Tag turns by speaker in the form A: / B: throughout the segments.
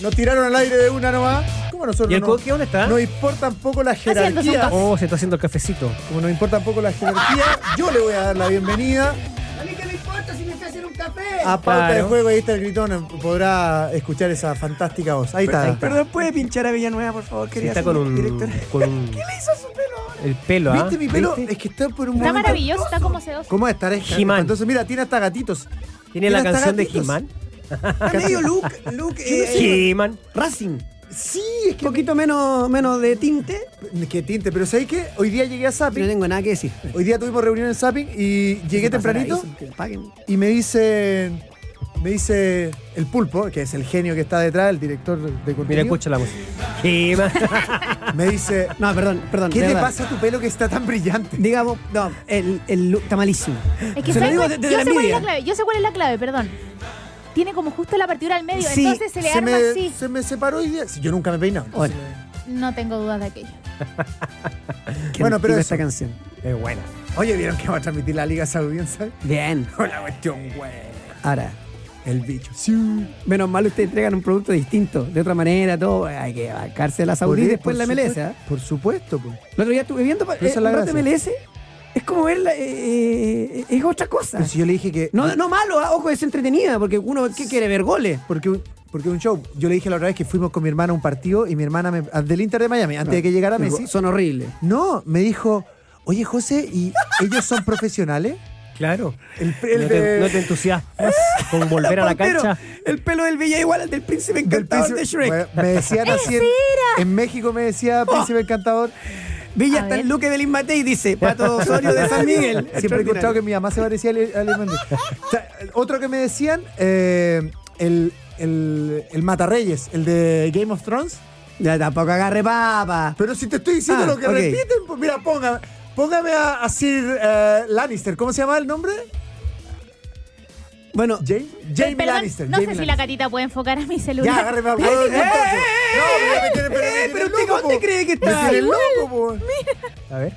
A: Nos tiraron al aire de una nomás. ¿Cómo nosotros
B: ¿Y el
A: no?
B: coque dónde está?
A: No importa un poco la
C: Haciéndose un
A: jerarquía.
C: café.
B: Oh, se está haciendo el cafecito.
A: Como nos importa un poco la jerarquía, yo le voy a dar la bienvenida.
D: A mí que me importa si me fui a hacer un café.
A: A pauta de
B: Claro.
A: juego, ahí está el gritón, podrá escuchar esa fantástica voz. Ahí está.
D: Perdón, ¿puede pinchar a Villanueva, por favor? Quería
B: Está
D: hacer
B: con un.
D: director.
B: Con un
D: ¿Qué le hizo a su pelo ahora?
B: el pelo, ¿ah?
A: ¿Viste mi pelo?
B: ¿Viste?
A: Es que está por un
C: Está
A: momento-
C: maravilloso, está como sedoso.
A: ¿Cómo estará?
B: He-Man.
A: Entonces, mira, tiene hasta gatitos.
B: ¿Tiene la
A: Tiene hasta
B: canción de
A: gatitos.
B: He-Man?
D: Está medio look, look. eh, eh,
B: He-Man.
A: Racing.
D: sí, es que un poquito menos, menos de tinte.
A: Qué tinte, pero ¿sabes qué? Hoy día llegué a
D: No
A: Zapping.
D: tengo nada que decir.
A: Hoy día tuvimos reunión en Zapping y llegué
D: ¿Qué pasará?
A: tempranito
D: Dicen que le paguen.
A: y me dicen. Me dice el pulpo, que es el genio que está detrás, el director de contenido.
B: Mira, escucha la música. He-Man.
A: Me dice,
D: No, perdón, perdón.
A: ¿qué
D: de
A: te
D: verdad.
A: pasa a tu pelo que está tan brillante?
D: Digamos, no, el, el look está malísimo.
C: Es que
D: Se lo
C: ¿sabes
D: digo
C: cuál-
D: desde
C: yo
D: la
C: sé cuál es la
D: envidia.
C: clave, yo sé cuál es la clave, perdón. Tiene como justo la apertura al medio,
D: Sí,
C: entonces se le arma
A: me,
C: así.
A: se me separó hoy día. Yo nunca me he peinado.
D: Bueno,
C: No tengo dudas de aquello.
D: qué
A: Bueno, pero
D: antigua
A: eso.
D: esta canción.
B: Es buena.
A: Oye, ¿vieron que va a transmitir la Liga Saudiense?
D: Bien.
A: Una cuestión, güey.
D: Ahora,
A: El bicho. Sí.
D: menos mal ustedes entregan un producto distinto, de otra manera, todo. Hay que bancarse la Saudí y después la MLS. ¿ah?
A: Por supuesto, pues.
D: El otro día estuve viendo eh,
A: Esa es
D: un
A: la
D: rato
A: gracia.
D: MLS. Es como verla, eh, eh, es otra cosa.
A: Pero si yo le dije que.
D: No, no malo, ah, ojo, es entretenida, porque uno ¿qué quiere ver goles.
A: Porque un, porque un show. Yo le dije la otra vez que fuimos con mi hermana a un partido y mi hermana me, ah, del Inter de Miami, antes de que llegara Messi.
D: Son horribles.
A: No, me dijo, oye, José, ¿y ellos son profesionales?
B: Claro.
A: El,
B: no, te, no te entusiasmas con volver a la
D: Pero
B: cancha.
D: el pelo del Villa igual al del príncipe
A: del
D: encantador
A: príncipe-
D: de Shrek. Oh.
A: Bueno, me decían así en, en México me decía Príncipe Encantador
D: Villa
C: A
D: está
C: ver.
D: en Luque del Inmatei, dice Pato Osorio de San Miguel.
A: Siempre he escuchado que mi mamá se parecía al, al Hernández. O sea, Otro que me decían, eh, el, el, el Matarreyes, el de Game of Thrones.
D: Ya tampoco agarre papa.
A: Pero si te estoy diciendo
D: Ah,
A: lo que
D: ok.
A: repiten, pues mira, ponga, póngame a, a Sir eh, Lannister. ¿Cómo se llama el nombre?
D: Bueno,
A: James
D: Eh,
C: Pero,
A: Jamie
C: perdón,
A: Lannister.
C: no sé
A: Jaime
C: si la
A: Lannister.
C: catita puede enfocar a mi celular.
A: Ya, agárreme al
D: Pero-
A: huevo, entonces.
D: ¡Eh,
A: No, pero me tiene- pero me
D: eh,
A: tiene
D: pero usted
A: loco,
D: ¿dónde
A: po.
D: cree que
A: Me
D: está?
A: tiene loco, po.
B: A ver.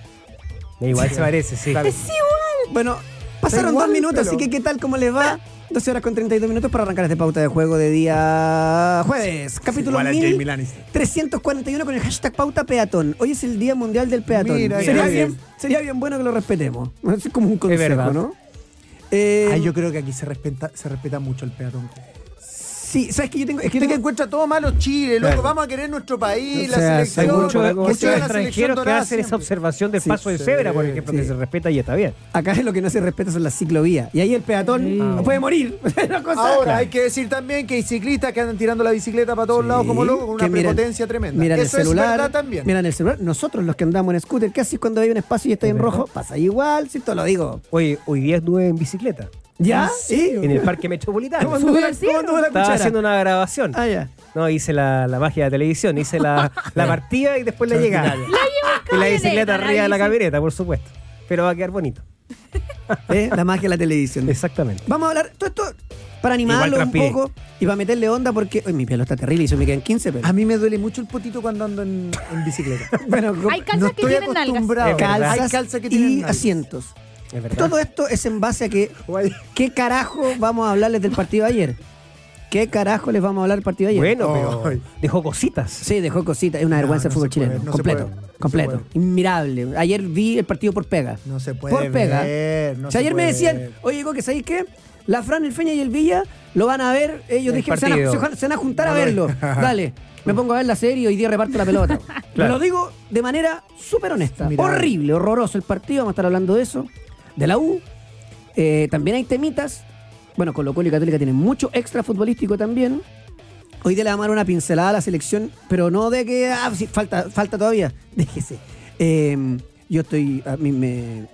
B: Eh, Igual se parece, sí.
A: Claro.
C: Es igual.
D: Bueno, pasaron
A: igual
D: dos
A: el
D: minutos,
A: pelo.
D: así que ¿qué tal? ¿Cómo les va? 12 horas con 32 minutos para arrancar este pauta de juego de día jueves. Capítulo
A: Igual a
D: 1000.
A: Jamie Lannister.
D: 341 con el hashtag pauta peatón. Hoy es el Día Mundial del Peatón.
A: Mira,
D: sería,
A: qué bien.
D: bien, sería bien bueno que lo respetemos. Es como un consejo,
B: verdad.
D: ¿no? Eh,
A: Ay, yo creo que aquí se respeta, se respeta mucho el peatón.
D: Sí, ¿sabes que yo tengo? Es que
A: Usted que
D: tengo-
A: encuentra todo malo Chile, loco.
B: Claro.
A: Vamos a querer nuestro país,
D: O
A: la
D: sea,
B: Hay
A: selección.
B: muchos
A: que
D: mucho-
B: muchos
A: sea la selección
B: extranjeros que
A: dorada
B: hacen esa
A: siempre.
B: observación del
D: Sí,
B: paso de
A: sí,
B: cebra, por ejemplo, que
D: sí.
B: se respeta y está bien.
D: Acá lo que no se respeta son las ciclovías. Y ahí el peatón puede morir. Una cosa-
A: Ahora, hay que decir también que hay ciclistas que andan tirando la bicicleta para todos
D: Sí,
A: lados como locos con una
D: que miran-
A: prepotencia tremenda.
D: Miran
A: Eso
D: el celular.
A: es verdad también.
D: Miran el celular. Nosotros los que andamos en scooter, ¿qué haces cuando hay un espacio y está en rojo? Pasa igual, si te lo digo.
B: Oye, hoy día estuve en bicicleta,
D: ¿Ya? Sí.
B: en el Parque Metropolitano.
D: ¿Cómo anduvo la,
C: Súper
D: cómo anduvo la
B: Estaba
D: cuchara?
B: haciendo una grabación.
D: Ah, ya.
B: No, hice la, la magia de la televisión, hice la, la partida y después la llegada. Y la bicicleta
C: la
B: arriba de la
C: bici.
B: camioneta, por supuesto. Pero va a quedar bonito.
D: ¿Eh? La magia de la televisión.
B: Exactamente.
D: Vamos a hablar todo esto para animarlo
B: Igual
D: un
B: transpiré.
D: poco y para meterle onda porque. Uy, mi pelo está terrible y se me quedan 15 pelos.
A: A mí me duele mucho el potito cuando ando en, en bicicleta.
D: Bueno,
C: Hay calzas
A: no
C: que
A: estoy
C: tienen nalgas.
A: acostumbrado.
B: Es verdad.
A: Hay
D: calzas
A: calzas que tienen
D: y
A: nalgas.
D: asientos.
B: Es verdad.
D: Todo esto es en base a que
A: Guay.
D: ¿Qué carajo vamos a hablarles del partido de ayer? ¿Qué carajo les vamos a hablar del partido de ayer?
B: bueno,
A: Ay.
B: pero dejó cositas.
D: Sí, dejó cositas. Es una
A: no
D: vergüenza el
A: se
D: fútbol
A: puede,
D: chileno.
A: no se
D: completo.
A: puede, no se
D: completo.
A: puede.
D: Inmirable. Ayer vi el partido por pega.
A: No se puede
D: Por pega.
A: ver, no
D: O sea,
A: se
D: ayer me
A: puede
D: decían,
A: ver.
D: oye, que ¿sabéis qué? La Fran, el Feña y el Villa lo van a ver. Ellos
B: El
D: dijeron, se van, a,
B: partido.
D: se van- se van a juntar a
B: No lo
D: verlo. Dale. Me pongo a ver la serie y hoy día reparto la pelota. Me lo digo de manera súper honesta.
A: Mira.
D: Horrible, horroroso el partido. Vamos a estar hablando de eso. De la U. Eh, también hay temitas. Bueno, Colo Colo y Católica tienen mucho extra futbolístico también. Hoy te le vamos a dar una pincelada a la selección, pero no de que ah, sí, falta, falta todavía. Déjese. Eh, yo estoy. A mí me. me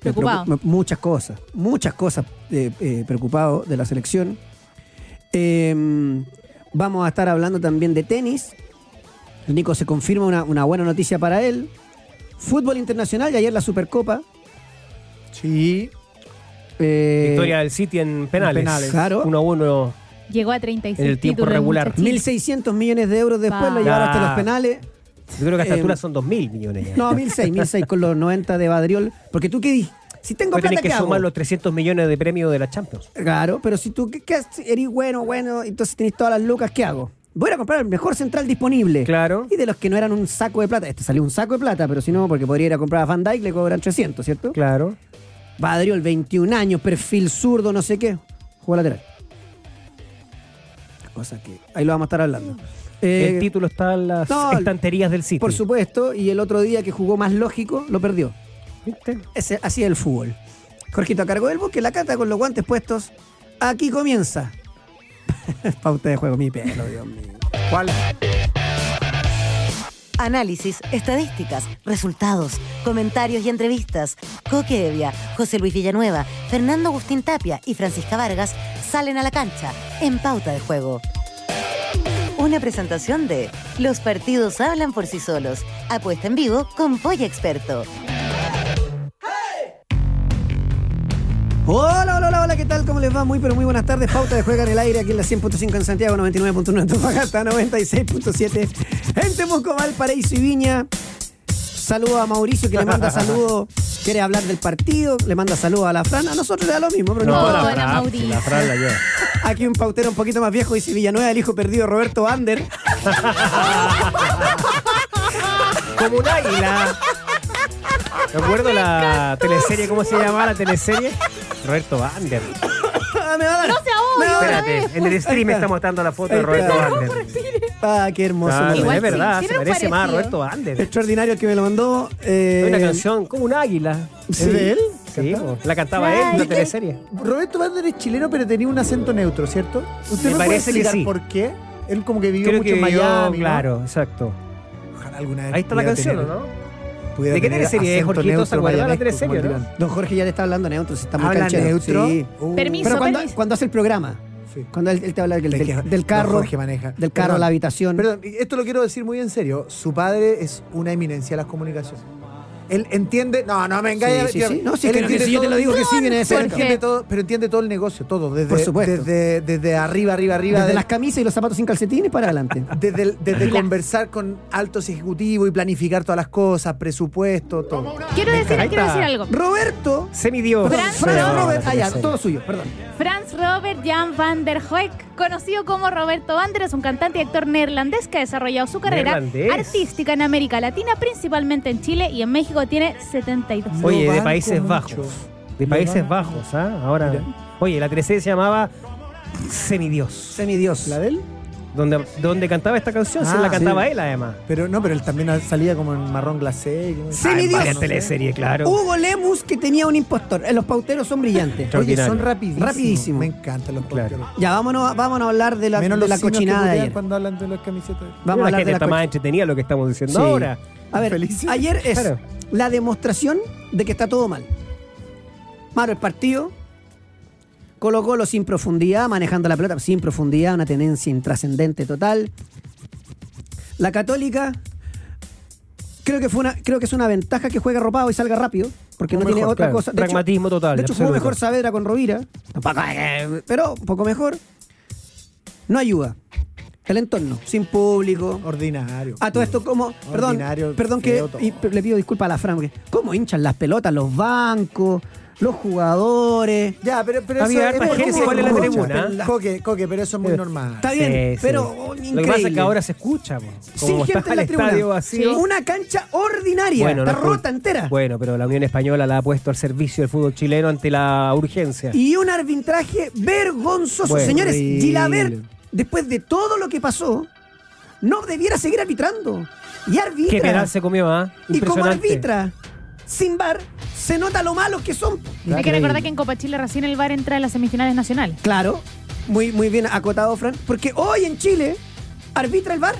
C: Preocupado.
D: preocupa- muchas cosas. Muchas cosas eh, eh, preocupado de la selección. Eh, vamos a estar hablando también de tenis. El Nico se confirma una, una buena noticia para él. Fútbol internacional y ayer la Supercopa.
A: Sí.
D: Eh,
B: Victoria del City en penales.
A: penales.
D: Claro.
B: 1 a 1
C: Llegó a 36
B: En el tiempo
C: títulos,
B: regular.
C: muchachito.
D: 1.600 millones de euros después
C: Pa.
D: lo llevaron hasta
B: Nah.
D: los penales.
B: Yo creo que a esta
D: Eh,
B: altura son 2.000 millones. ya.
D: No, 1.600, 1.600 con los 90 de Badriol. Porque tú qué dices, si tengo
B: Pero
D: plata,
B: tienen
D: ¿qué
B: que
D: hago?
B: sumar los 300 millones de premios de la Champions.
D: Claro, pero si tú qué, qué haces? eres bueno, bueno, entonces tenés todas las lucas, ¿qué hago? voy a ir a comprar el mejor central disponible.
B: Claro.
D: Y de los que no eran un saco de plata. Este salió un saco de plata, pero si no, porque podría ir a comprar a Van Dyke, le cobran 300, ¿cierto?
B: Claro.
D: Badriol, 21 años, perfil zurdo, no sé qué. Jugó lateral. Cosa que ahí lo vamos a estar hablando. Eh,
B: el título está en las
D: no,
B: estanterías del sitio.
D: por supuesto, y el otro día que jugó más lógico, lo perdió.
B: ¿Viste?
D: Ese, así es el fútbol. Jorgito a cargo del bosque, la cata con los guantes puestos. Aquí comienza. Pauta de juego, mi pelo, Dios mío.
A: ¿Cuál?
E: Análisis, estadísticas, resultados, comentarios y entrevistas. Coque Evia, José Luis Villanueva, Fernando Agustín Tapia y Francisca Vargas salen a la cancha en pauta de juego. Una presentación de Los partidos hablan por sí solos. Apuesta en vivo con Polla Experto.
D: Hola, hola, hola, hola, ¿qué tal? ¿Cómo les va? Muy, pero muy buenas tardes. Pauta de Juega en el Aire aquí en la 100.5 en Santiago, 99.1 en Antofagasta, 96.7 en Temuco, Valparaíso y Viña. Saludo a Mauricio que le manda saludo. Quiere hablar del partido, le manda saludo a la Fran. A nosotros le da lo mismo, pero no,
C: No,
D: importa.
C: la Fran,
B: si
C: Mauricio.
B: la Fran la lleva.
D: Aquí un pautero un poquito más viejo dice Villanueva, el hijo perdido de Roberto Ander.
B: Como un águila. Recuerdo la teleserie, ¿cómo se llamaba la teleserie? Roberto Bander.
D: Me va a dar-
C: No se ahogue,
D: me va a dar-
C: no se
B: Espérate, en el stream
D: Ahí está.
B: está mostrando la foto
D: Ahí
B: de
D: está.
B: Roberto Bander.
D: Ah, qué hermoso.
B: Claro,
C: Igual
B: es
C: sí,
B: verdad, se
C: tiene un
B: merece más a
C: parecido.
B: Roberto Bander.
D: Extraordinario el que me lo mandó. eh,
B: Hay una canción como un águila.
D: ¿Es de él?
B: Sí, po, la cantaba él en la
C: Ay,
B: teleserie.
A: Roberto Bander es chileno, pero tenía un acento neutro, ¿cierto? ¿Usted
B: Me
A: me, puede
B: parece que
A: explicar
B: sí.
A: por qué? Él como que vivió
B: Creo
A: mucho
B: que
A: en
B: vivió,
A: Miami. ¿no?
B: claro, exacto.
A: Ojalá alguna vez
B: Ahí está la
A: pudiera
B: canción, ¿o
A: tener-
B: ¿no?
A: pudiera
B: ¿De qué
A: tener
B: teleserie es,
A: acento
B: Jorgito? ¿Se
A: neutro
B: acuerda de la
A: mayanesco,
B: teleserie,
A: como
B: no? Ah,
A: el Dylan.
D: Don Jorge ya le está hablando neutro, se está muy
A: ¿Habla
D: canchero.
A: neutro?
D: Sí.
A: Uh,
C: Permiso.
D: Pero cuando,
C: permiso.
D: cuando hace el programa,
A: sí.
D: cuando él, él te habla del,
A: Le
D: del-
A: queja-
D: del
A: Don
D: carro,
A: Jorge maneja.
D: del carro a la
A: Perdón.
D: habitación.
A: Perdón, y esto lo quiero decir muy en serio. Su padre es una eminencia de las comunicaciones. Él entiende. No, no me engañes.
D: Sí, sí, sí. No, sí,
A: Él
D: creo que
A: entiende
D: sí, yo te
A: todo-
D: lo digo que sí, viene de
A: Pero
D: cerca.
A: entiende, todo, pero entiende todo el negocio, todo. Desde,
D: Por supuesto.
A: Desde, desde arriba, arriba, arriba.
D: Desde
A: del-
D: las camisas y los zapatos sin calcetines para adelante.
A: desde, el- desde conversar con altos ejecutivos y planificar todas las cosas, presupuesto, todo.
C: Quiero decir,
B: Ahí
C: quiero
B: está.
C: decir algo.
D: Roberto.
B: Semidios.
C: Fran-
B: Sí,
D: Fran
C: Pero-
D: Robert.
B: no,
D: Ah, ya,
B: sí.
D: todo suyo, perdón.
C: Franz Robert Jan van der Hoek, conocido como Roberto Vander, es un cantante y actor neerlandés que ha desarrollado su carrera
B: Neerlandés.
C: artística en América Latina, principalmente en Chile y en México tiene 72.
A: Lo
B: Oye, de
A: banco
B: Países
A: mucho.
B: Bajos. De
A: Lo
B: Países
A: banco.
B: Bajos, ¿ah? Ahora. Oye, la teleserie se llamaba Semidios.
D: Semidios.
A: ¿La de él?
B: Donde, donde cantaba esta canción, se
A: Ah,
B: la
A: sí.
B: cantaba él además.
A: Pero no, pero él también salía como en marrón glacé. y como-
D: Sí, mi
A: Ah,
D: Dios. Uh,
A: vaya
B: Varias
A: teleserie.
B: teleseries, claro.
D: Hugo Lemus que tenía un impostor. Eh, Los pauteros son brillantes.
A: Oye,
B: Extraordinario.
A: son rapidísimos.
D: Rapidísimo.
A: Me encantan los
B: Claro.
A: porteros.
D: Ya, vámonos, a- vámonos a hablar de la,
A: Menos
D: de
A: los
D: la
A: signos que
D: cochinada de
A: putean
D: ayer.
A: cuando hablan de las camisetas.
D: Vamos a
B: la
D: hablar
B: gente
D: de la
B: está
D: cochinada.
B: más entretenida lo que estamos diciendo
D: Sí.
B: ahora.
D: A ver,
A: Felices.
D: ayer es
B: Claro.
D: la demostración de que está todo mal. Malo el partido, Colo Colo sin profundidad, manejando la pelota sin profundidad, una tendencia intrascendente total. La Católica, creo que, fue una, creo que es una ventaja que juega ropado y salga rápido, porque
B: Jugó
D: no tiene
B: mejor,
D: otra
B: claro.
D: cosa. De hecho-
B: Pragmatismo total,
D: De hecho, jugó
B: absoluto.
D: mejor Saavedra con Rovira, Tampoco, eh, pero un poco mejor. No ayuda. El entorno, sin público.
A: Ordinario.
D: A Ah, todo esto, como. Perdón,
A: Ordinario,
D: perdón que.
A: feo todo.
D: y pe- le pido disculpas a la Fran, porque. ¿Cómo hinchan las pelotas los bancos, los jugadores?
A: Ya, pero, pero
B: Había harta
A: muy
B: gente
A: común.
B: igual en la tribuna,
A: Pero-
B: ¿eh?
A: Coque, coque, pero eso es muy
B: Eh,
A: normal.
D: Está bien,
B: Sí, sí.
D: pero.
B: Lo
D: oh,
B: que pasa es
D: increíble.
B: que ahora se escucha. po. Como
D: Sin
B: está
D: gente en la
B: el
D: tribuna.
B: estadio vacío.
D: Una cancha ordinaria.
B: no
D: está
B: es justo.
D: rota entera.
B: Bueno, pero la Unión Española la ha puesto al servicio del fútbol chileno ante la urgencia.
D: Y un arbitraje vergonzoso.
B: Bueno,
D: Señores,
A: horrible.
D: Gilabert, después de todo lo que pasó, no debiera seguir arbitrando. Y arbitra.
B: ¿Qué penal se comió, ah?
D: y como
B: Impresionante.
D: arbitra, sin bar, se nota lo malos que son.
C: Hay que
B: Increíble.
C: recordar que en Copa Chile recién el VAR entra en las semifinales nacionales.
D: Claro, muy, muy bien acotado, Fran. Porque hoy en Chile arbitra el bar.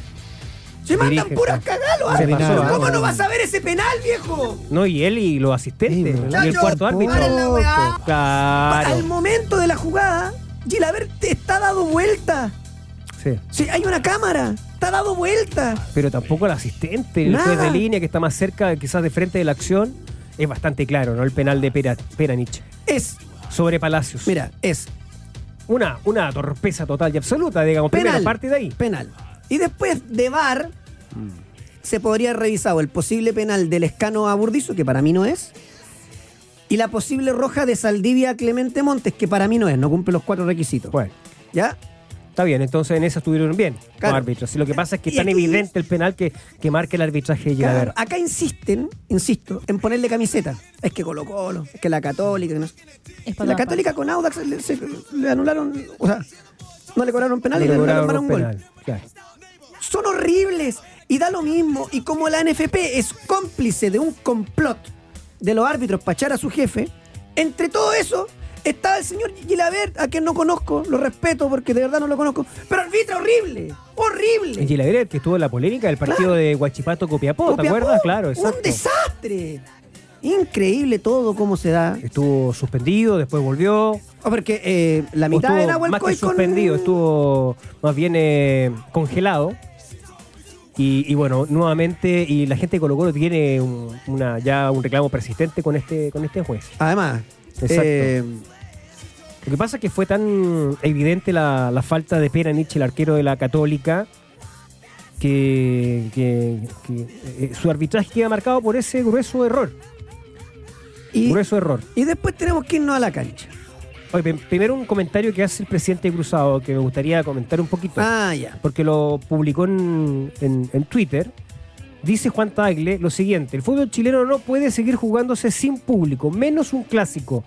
D: Se mandan
B: Dirige,
D: puras
B: está.
D: cagalos.
B: Se
D: árbitro.
B: pasó, ¿eh?
D: ¿Cómo
A: ah,
D: no
A: bueno.
D: vas a ver ese penal, viejo?
B: No, y él y los asistentes.
A: Sí,
B: y el
D: muchachos,
B: cuarto árbitro.
D: paren la weá. Al
B: Claro.
D: momento de la jugada, Gilabert te está dado vuelta.
B: Sí.
D: Sí, hay una cámara. Está dado vuelta.
B: Pero tampoco el asistente, el
D: Nada.
B: juez de línea que está más cerca, quizás de frente de la acción. Es bastante claro, ¿no? El penal de Pera- Peranich
D: Es,
B: sobre Palacios.
D: mira, es
B: Una, una torpeza total y absoluta, digamos.
D: penal.
B: Primera parte de ahí.
D: Penal. Y después de bar, se podría haber revisado el posible penal del escano a Burdizo, que para mí no es. Y la posible roja de Saldivia a Clemente Montes, que para mí no es, no cumple los cuatro requisitos.
B: Bueno.
D: ¿Ya?
B: Está bien, entonces en eso estuvieron bien
D: Claro.
B: los árbitros. Y lo que pasa es que
D: Y
B: es tan
D: aquí-
B: evidente el penal que, que marca el arbitraje y
D: Claro, acá insisten, insisto, en ponerle camiseta. Es que Colo Colo, es que la Católica. que no sé.
C: Es para
D: La
C: todas
D: Católica con Audax le, se- le anularon, o sea, no le cobraron penal y le anularon un gol. Son horribles y da lo mismo. Y como la NFP es cómplice de un complot de los árbitros para echar a su jefe, entre todo eso estaba el señor Gilabert, a quien no conozco, lo respeto porque de verdad no lo conozco, pero arbitra horrible, horrible.
B: En Gilaver, que estuvo en la polémica del partido de Guachipato Copiapó, ¿te
D: Copiapó,
B: acuerdas? Claro,
D: ¡uh! Un
B: exacto.
D: desastre. Increíble todo cómo se da.
B: Estuvo suspendido, después volvió.
D: Ah, Porque eh, la mitad
B: estuvo
D: era Nahuel
B: más que
D: Coy con-
B: suspendido, estuvo más bien eh, congelado. Y, y bueno, nuevamente, y la gente de Colo Colo tiene un- una, ya un reclamo persistente con este, con este juez.
D: Además,
B: Exacto.
D: eh,
B: Lo que pasa es que fue tan evidente la, la falta de Peranich, el arquero de la Católica, que, que- que, eh, su arbitraje queda marcado por ese grueso error.
D: y,
B: Grueso error.
D: y después tenemos que irnos a la cancha.
B: Oye, prim- primero un comentario que hace el presidente Cruzado, que me gustaría comentar un poquito.
D: Ah, ya.
B: porque lo publicó en, en- en Twitter. Dice Juan Tagle lo siguiente: el fútbol chileno no puede seguir jugándose sin público, menos un clásico.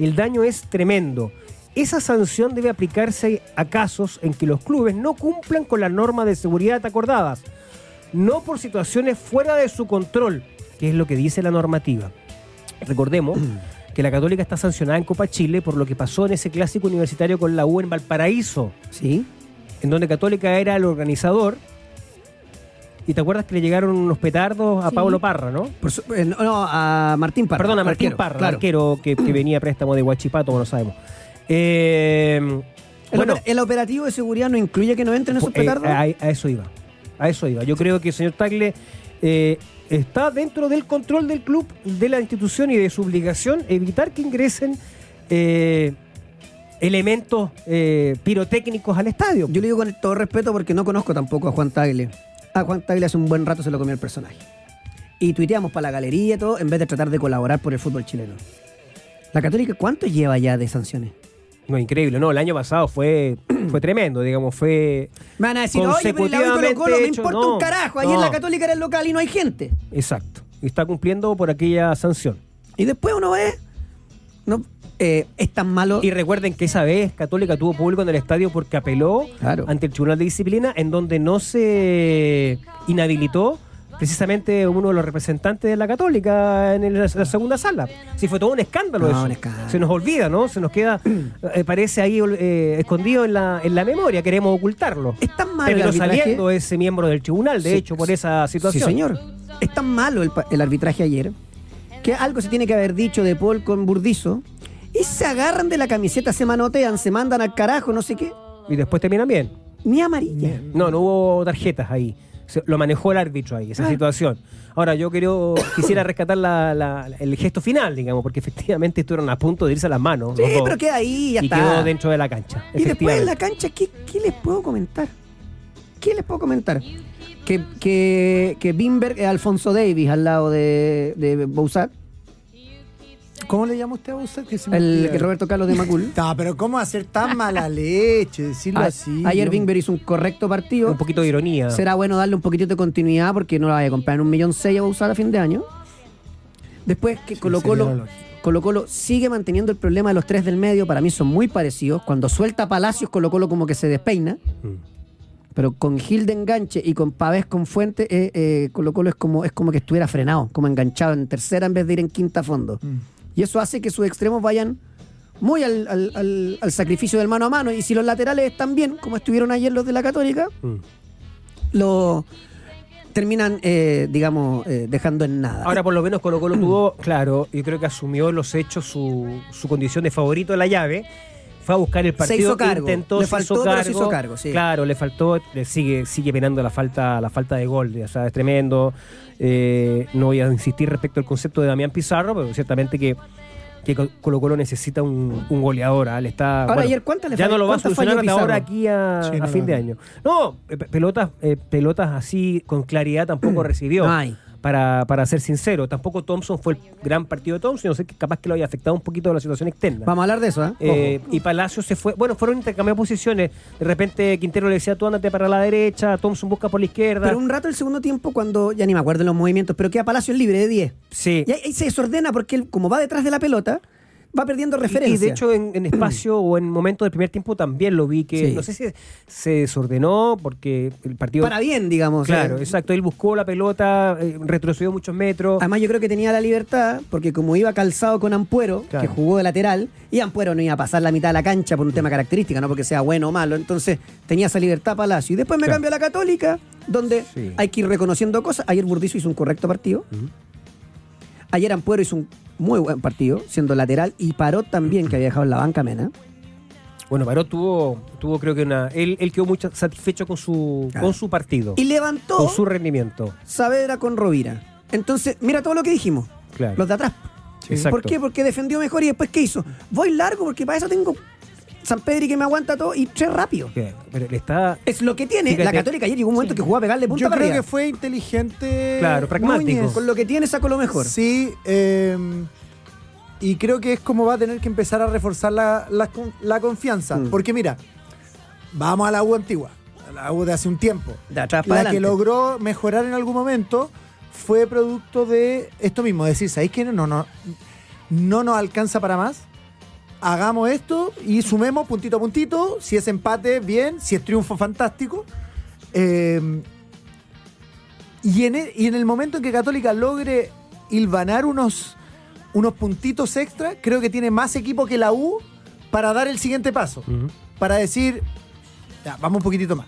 B: El daño es tremendo. Esa sanción debe aplicarse a casos en que los clubes no cumplan con las normas de seguridad acordadas, no por situaciones fuera de su control, que es lo que dice la normativa. Recordemos que la Católica está sancionada en Copa Chile por lo que pasó en ese clásico universitario con la U en Valparaíso
D: Sí.
B: en donde Católica era el organizador. Y te acuerdas que le llegaron unos petardos a
C: Sí.
B: Pablo Parra, ¿no?
D: Por su- eh, no, no, a Martín Parra.
B: Perdón, a Martín
D: arquero,
B: Parra,
D: claro.
B: arquero que, que venía a préstamo de Huachipato, no sabemos. Eh,
D: El,
B: bueno,
D: oper- el operativo de seguridad no incluye que no entren esos
B: eh,
D: petardos.
B: a, a eso iba. A eso iba. Yo creo que el señor Tagle eh, está dentro del control del club, de la institución y de su obligación evitar que ingresen eh, elementos eh, pirotécnicos al estadio.
D: Yo le digo con todo respeto porque no conozco tampoco a Juan Tagle. A Juan Tagle hace un buen rato se lo comió el personaje. Y tuiteamos para la galería y todo, en vez de tratar de colaborar por el fútbol chileno. La Católica, ¿cuánto lleva ya de sanciones?
B: No, increíble. No, el año pasado fue, fue tremendo, digamos, fue...
D: Me van a decir, oye, pero y la U y Colo Colo, me
B: Consecutivamente
D: importa
B: hecho,
D: un
B: no,
D: carajo. Ayer
B: no.
D: la Católica era el local y no hay gente.
B: Exacto. Y está cumpliendo por aquella sanción.
D: Y después uno ve, no, eh, es tan malo.
B: Y recuerden que esa vez Católica tuvo público en el estadio porque apeló
D: Claro.
B: ante el Tribunal de Disciplina en donde no se inhabilitó precisamente uno de los representantes de la Católica en el- la segunda sala. Sí, fue todo un escándalo
D: No,
B: eso.
D: Ah, un escándalo.
B: Se nos olvida, ¿no? Se nos queda, eh, parece ahí eh, escondido en la, en la memoria, queremos ocultarlo.
D: es tan malo el
B: Terminó
D: arbitraje.
B: saliendo ese miembro del tribunal, de
D: Sí,
B: hecho, por
D: sí,
B: esa situación.
D: Sí, señor. Es tan malo el, pa- el arbitraje ayer que algo se tiene que haber dicho de Paul con Burdizo. Y se agarran de la camiseta, se manotean, se mandan al carajo, no sé qué.
B: Y después terminan bien.
D: Ni amarilla.
B: No, no hubo tarjetas ahí. Se- lo manejó el árbitro ahí,
D: Ah.
B: esa situación. Ahora, yo quiero, quisiera rescatar la- la- el gesto final, digamos, porque efectivamente estuvieron a punto de irse a las manos.
D: Sí,
B: los dos,
D: pero queda ahí, ya
B: y
D: está.
B: quedó dentro de la cancha.
D: Y después en la
B: efectivamente.
D: cancha, ¿qué, qué les puedo comentar? ¿Qué les puedo comentar? Que, que, que Bimberg es Alfonso Davis al lado de, de Bouzat,
A: ¿Cómo le llama usted a usted? Que se me
D: el,
A: olvida?
D: que Roberto Carlos de Macul.
A: Ta, pero ¿cómo hacer tan mala leche? Decirlo
D: A-
A: así.
D: Ah, ayer
A: yo-
D: Bimberg hizo un correcto partido.
B: Ah, Un poquito de ironía.
D: Será bueno darle un poquitito de continuidad porque no la vaya a comprar en un millón seis a Bouzat a fin de año. Después que
A: Sí,
D: Colo
A: sería
D: Colo,
A: lógico.
D: Colo Colo sigue manteniendo el problema de los tres del medio. Para mí son muy parecidos. Cuando suelta Palacios, Colo Colo como que se despeina.
B: Mm.
D: Pero con Gil de enganche y con Pavés con Fuente, eh, eh, Colo Colo es como, es como que estuviera frenado, como enganchado en tercera en vez de ir en quinta a fondo.
A: Mm.
D: Y eso hace que sus extremos vayan muy al, al- al- al sacrificio del mano a mano. Y si los laterales están bien, como estuvieron ayer los de la Católica,
B: Mm.
D: lo terminan, eh, digamos, eh, dejando en nada.
B: Ahora, por lo menos, Colo Colo tuvo, claro, yo creo que asumió los hechos, su, su condición de favorito de la llave. Fue a buscar el partido,
D: hizo cargo.
B: intentó,
D: Le
B: se hizo
D: faltó,
B: cargo.
D: pero se hizo cargo, sí.
B: Claro, le faltó, le sigue, sigue penando la falta, la falta de gol, o sea, es tremendo. Eh, no voy a insistir respecto al concepto de Damián Pizarro, pero ciertamente que, que Colo Colo necesita un, un goleador. ¿ah? Le está,
D: Ahora,
B: bueno,
D: ayer, ¿cuántas le
B: ya
D: falló-
B: no lo va a
D: cuántas falló
B: solucionar hasta
D: Pizarro?
B: ahora aquí a,
A: Sí,
B: a
A: no,
B: fin
A: no.
B: de año. No, eh, pe- pelotas, eh, pelotas así con claridad tampoco recibió.
D: No hay.
B: para, para ser sincero. Tampoco Thompson fue el gran partido de Thompson, no sé que capaz que lo haya afectado un poquito la situación externa.
D: Vamos a hablar de eso, ¿eh?
B: Eh, y Palacio se fue. Bueno, fueron intercambiando posiciones. De repente Quintero le decía, tú ándate para la derecha, Thompson busca por la izquierda.
D: Pero un rato el segundo tiempo, cuando ya ni me acuerdo los movimientos, pero queda Palacios libre de 10.
B: Sí.
D: Y ahí, ahí se desordena porque él, como va detrás de la pelota, va perdiendo referencia.
B: Y de hecho, en, en espacio o en momentos del primer tiempo también lo vi que
D: Sí.
B: no sé si se desordenó porque el partido.
D: para bien, digamos. eh,
B: claro,
D: O sea,
B: exacto. Él buscó la pelota, eh, retrocedió muchos metros.
D: Además, yo creo que tenía la libertad, porque como iba calzado con Ampuero,
B: Claro. Mm.
D: que jugó de lateral, y Ampuero no iba a pasar la mitad de la cancha por un tema característica, no porque sea bueno o malo. Entonces, tenía esa libertad Palacio. Y después me
B: Claro.
D: cambio a la Católica, donde
B: Sí.
D: hay que ir reconociendo cosas. Ayer Burdizo hizo un correcto partido.
B: Ujú.
D: Ayer Ampuero hizo un muy buen partido, siendo lateral, y paró también, que había dejado en la banca Mena.
B: Bueno, Paró tuvo, tuvo creo que una. Él, él quedó muy satisfecho con su,
D: Claro.
B: con su partido,
D: Y levantó
B: con su rendimiento.
D: Saavedra con Rovira. Entonces, mira todo lo que dijimos.
B: Claro.
D: Los de atrás.
B: Sí. Exacto.
D: ¿Por qué? Porque defendió mejor y después ¿qué hizo? Voy largo porque para eso tengo San Pedri que me aguanta todo y tres rápido.
B: Que- pero le está.
D: Es lo que tiene.
B: Fíjate.
D: La Católica ayer llegó un momento que jugó a pegarle punta
A: Yo
D: para
A: creo que
D: arriba.
A: fue inteligente.
B: Claro, pragmático.
A: Núñez.
D: Con lo que tiene sacó lo mejor.
A: Sí, eh, y creo que es como va a tener que empezar a reforzar la, la con- la confianza.
D: Mm.
A: Porque mira, vamos a la U antigua, a la U de hace un tiempo.
D: De atrás
A: La
D: para adelante.
A: que logró mejorar en algún momento fue producto de esto mismo, decir, ¿sabéis qué? No, no, no nos alcanza para más. Hagamos esto y sumemos puntito a puntito. Si es empate, bien. Si es triunfo, fantástico. Eh, y, en e- y en el, momento en que Católica logre hilvanar unos, unos puntitos extra, creo que tiene más equipo que la U para dar el siguiente paso.
B: Ujú.
A: Para decir, ya, vamos un poquitito más.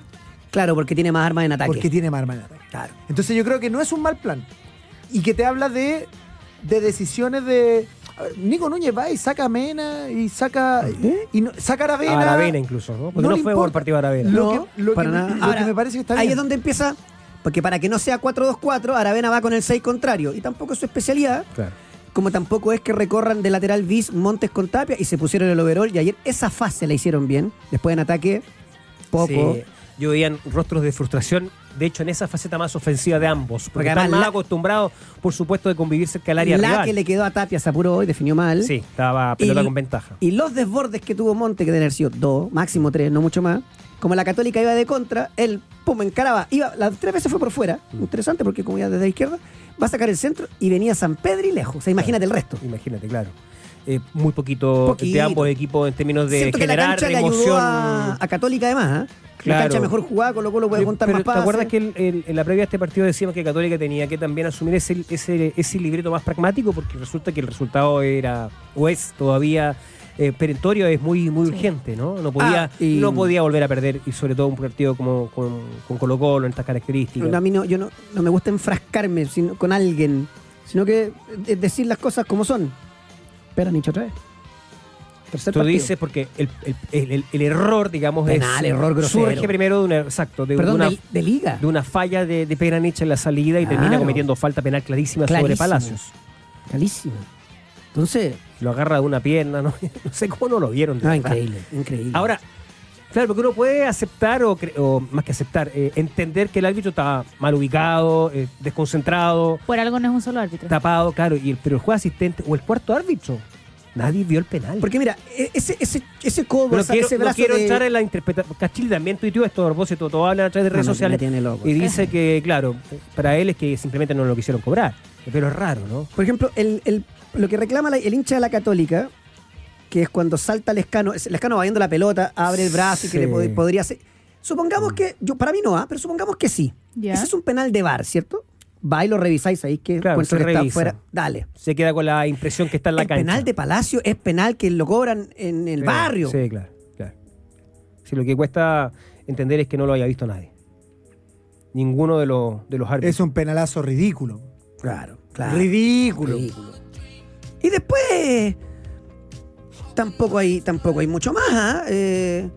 D: Claro, porque tiene más armas en ataque.
A: Porque tiene más arma en ataque.
D: Claro.
A: Entonces yo creo que no es un mal plan. Y que te habla de, de decisiones de... a ver, Nico Núñez va y saca a Mena y saca... Y no- saca a Aravena.
B: A Ah, Aravena incluso, ¿no? Porque no,
A: le
B: fue
A: importa.
B: por partido de Aravena.
A: Lo
D: No,
A: que- lo
D: para
A: que-
D: nada.
A: lo que
D: Ahora,
A: me parece que está
D: Ahí
A: bien.
D: es donde empieza, porque para que no sea 4-2-4, Aravena va con el 6 contrario. Y tampoco es su especialidad,
B: Claro.
D: como tampoco es que recorran de lateral bis Montes con Tapia y se pusieron el overall. Y ayer esa fase la hicieron bien. Después en ataque, poco.
B: Sí, Yo veía rostros de frustración, de hecho, en esa faceta más ofensiva de ambos. Porque,
D: Porque
B: están
D: además
B: más
D: la-
B: acostumbrados, por supuesto, de convivir cerca del área
D: la
B: rival.
D: que le quedó a Tapia se apuró y definió mal.
B: Sí, estaba pelota
D: Y-
B: con ventaja.
D: Y los desbordes que tuvo Monte, que deben haber sido dos, máximo tres, no mucho más. Como la Católica iba de contra, él, pum, encaraba. Iba, las tres veces fue por fuera. Interesante porque como iba desde la izquierda, va a sacar el centro y venía San Pedro y lejos. O sea, imagínate el resto.
B: Imagínate, claro. Eh, muy poquito,
D: Poquito.
B: de ambos equipos en términos de
D: Siento que la
B: generar
D: cancha le ayudó
B: emoción.
D: a, a Católica además. ¿eh?
B: Claro.
D: La cancha mejor jugada, Colo Colo puede
B: Eh,
D: contar
B: pero
D: más pases.
B: ¿Te acuerdas que el- el- en la previa a este partido decíamos que Católica tenía que también asumir ese, ese, ese libreto más pragmático? Porque resulta que el resultado era, o es todavía eh, perentorio, es muy, muy urgente, ¿no? No podía,
D: Ah, y-
B: no podía volver a perder, y sobre todo un partido como con, con Colo Colo en estas características.
D: No, a mí no, yo no, no me gusta enfrascarme sino- con alguien, sino que eh, decir las cosas como son. Espera, Nicho, otra vez. Tercer
B: Tú
D: partido.
B: dices porque el, el- el- el- el error, digamos,
D: Penal,
B: es,
D: error grosero.
B: surge primero de una, exacto, de,
D: Perdón,
B: una,
D: de, de liga.
B: de una falla de, de Peranich en la salida y termina
D: Claro.
B: cometiendo falta penal clarísima sobre
D: Clarísimo.
B: Palacios.
D: Clarísimo. Entonces,
B: Lo agarra de una pierna, no, No sé cómo no lo vieron. de
D: ah,
B: verdad.
D: increíble, increíble.
B: Ahora, claro, porque uno puede aceptar, o, cre- o más que aceptar, eh, entender que el árbitro está mal ubicado, eh, desconcentrado,
C: Por algo no es un solo árbitro.
B: tapado, claro, y el, pero el juez asistente o el cuarto árbitro, nadie vio el penal.
D: porque mira, e- ese, ese, ese codo,
B: Pero
D: esa-
B: quiero,
D: ese
B: no
D: brazo
B: quiero
D: de-
B: entrar en la interpretación. Cachil también tuiteó esto a propósito, todo habla a través de redes
D: No, me- me
B: sociales.
D: tiene loco.
B: Y dice que, claro, para él es que simplemente no lo quisieron cobrar. Pero es raro, ¿no?
D: Por ejemplo, el, el- lo que reclama la- el hincha de la Católica, que es cuando salta Lescano, es- Lescano va viendo la pelota, abre el brazo y que
B: Sí. Mm.
D: le pod- podría hacer. Supongamos que, yo para mí no, ¿ah? pero supongamos que sí.
C: Ya.
D: Ese es un penal de bar, ¿cierto? Va y lo revisáis ahí que
B: Claro,
D: encuentro
B: se
D: que está
B: revisa.
D: fuera. Dale.
B: Se queda con la impresión que está en la
D: el
B: cancha.
D: penal de Palacio es penal que lo cobran en el
B: Sí,
D: barrio.
B: Ah, Sí, claro, claro. Si lo que cuesta entender es que no lo haya visto nadie. Ninguno de los, de los árbitros.
A: Es un penalazo ridículo.
D: Claro, claro.
A: Ridículo.
D: Ridículo. Y después tampoco hay, tampoco hay mucho más. ¿ah? Eh,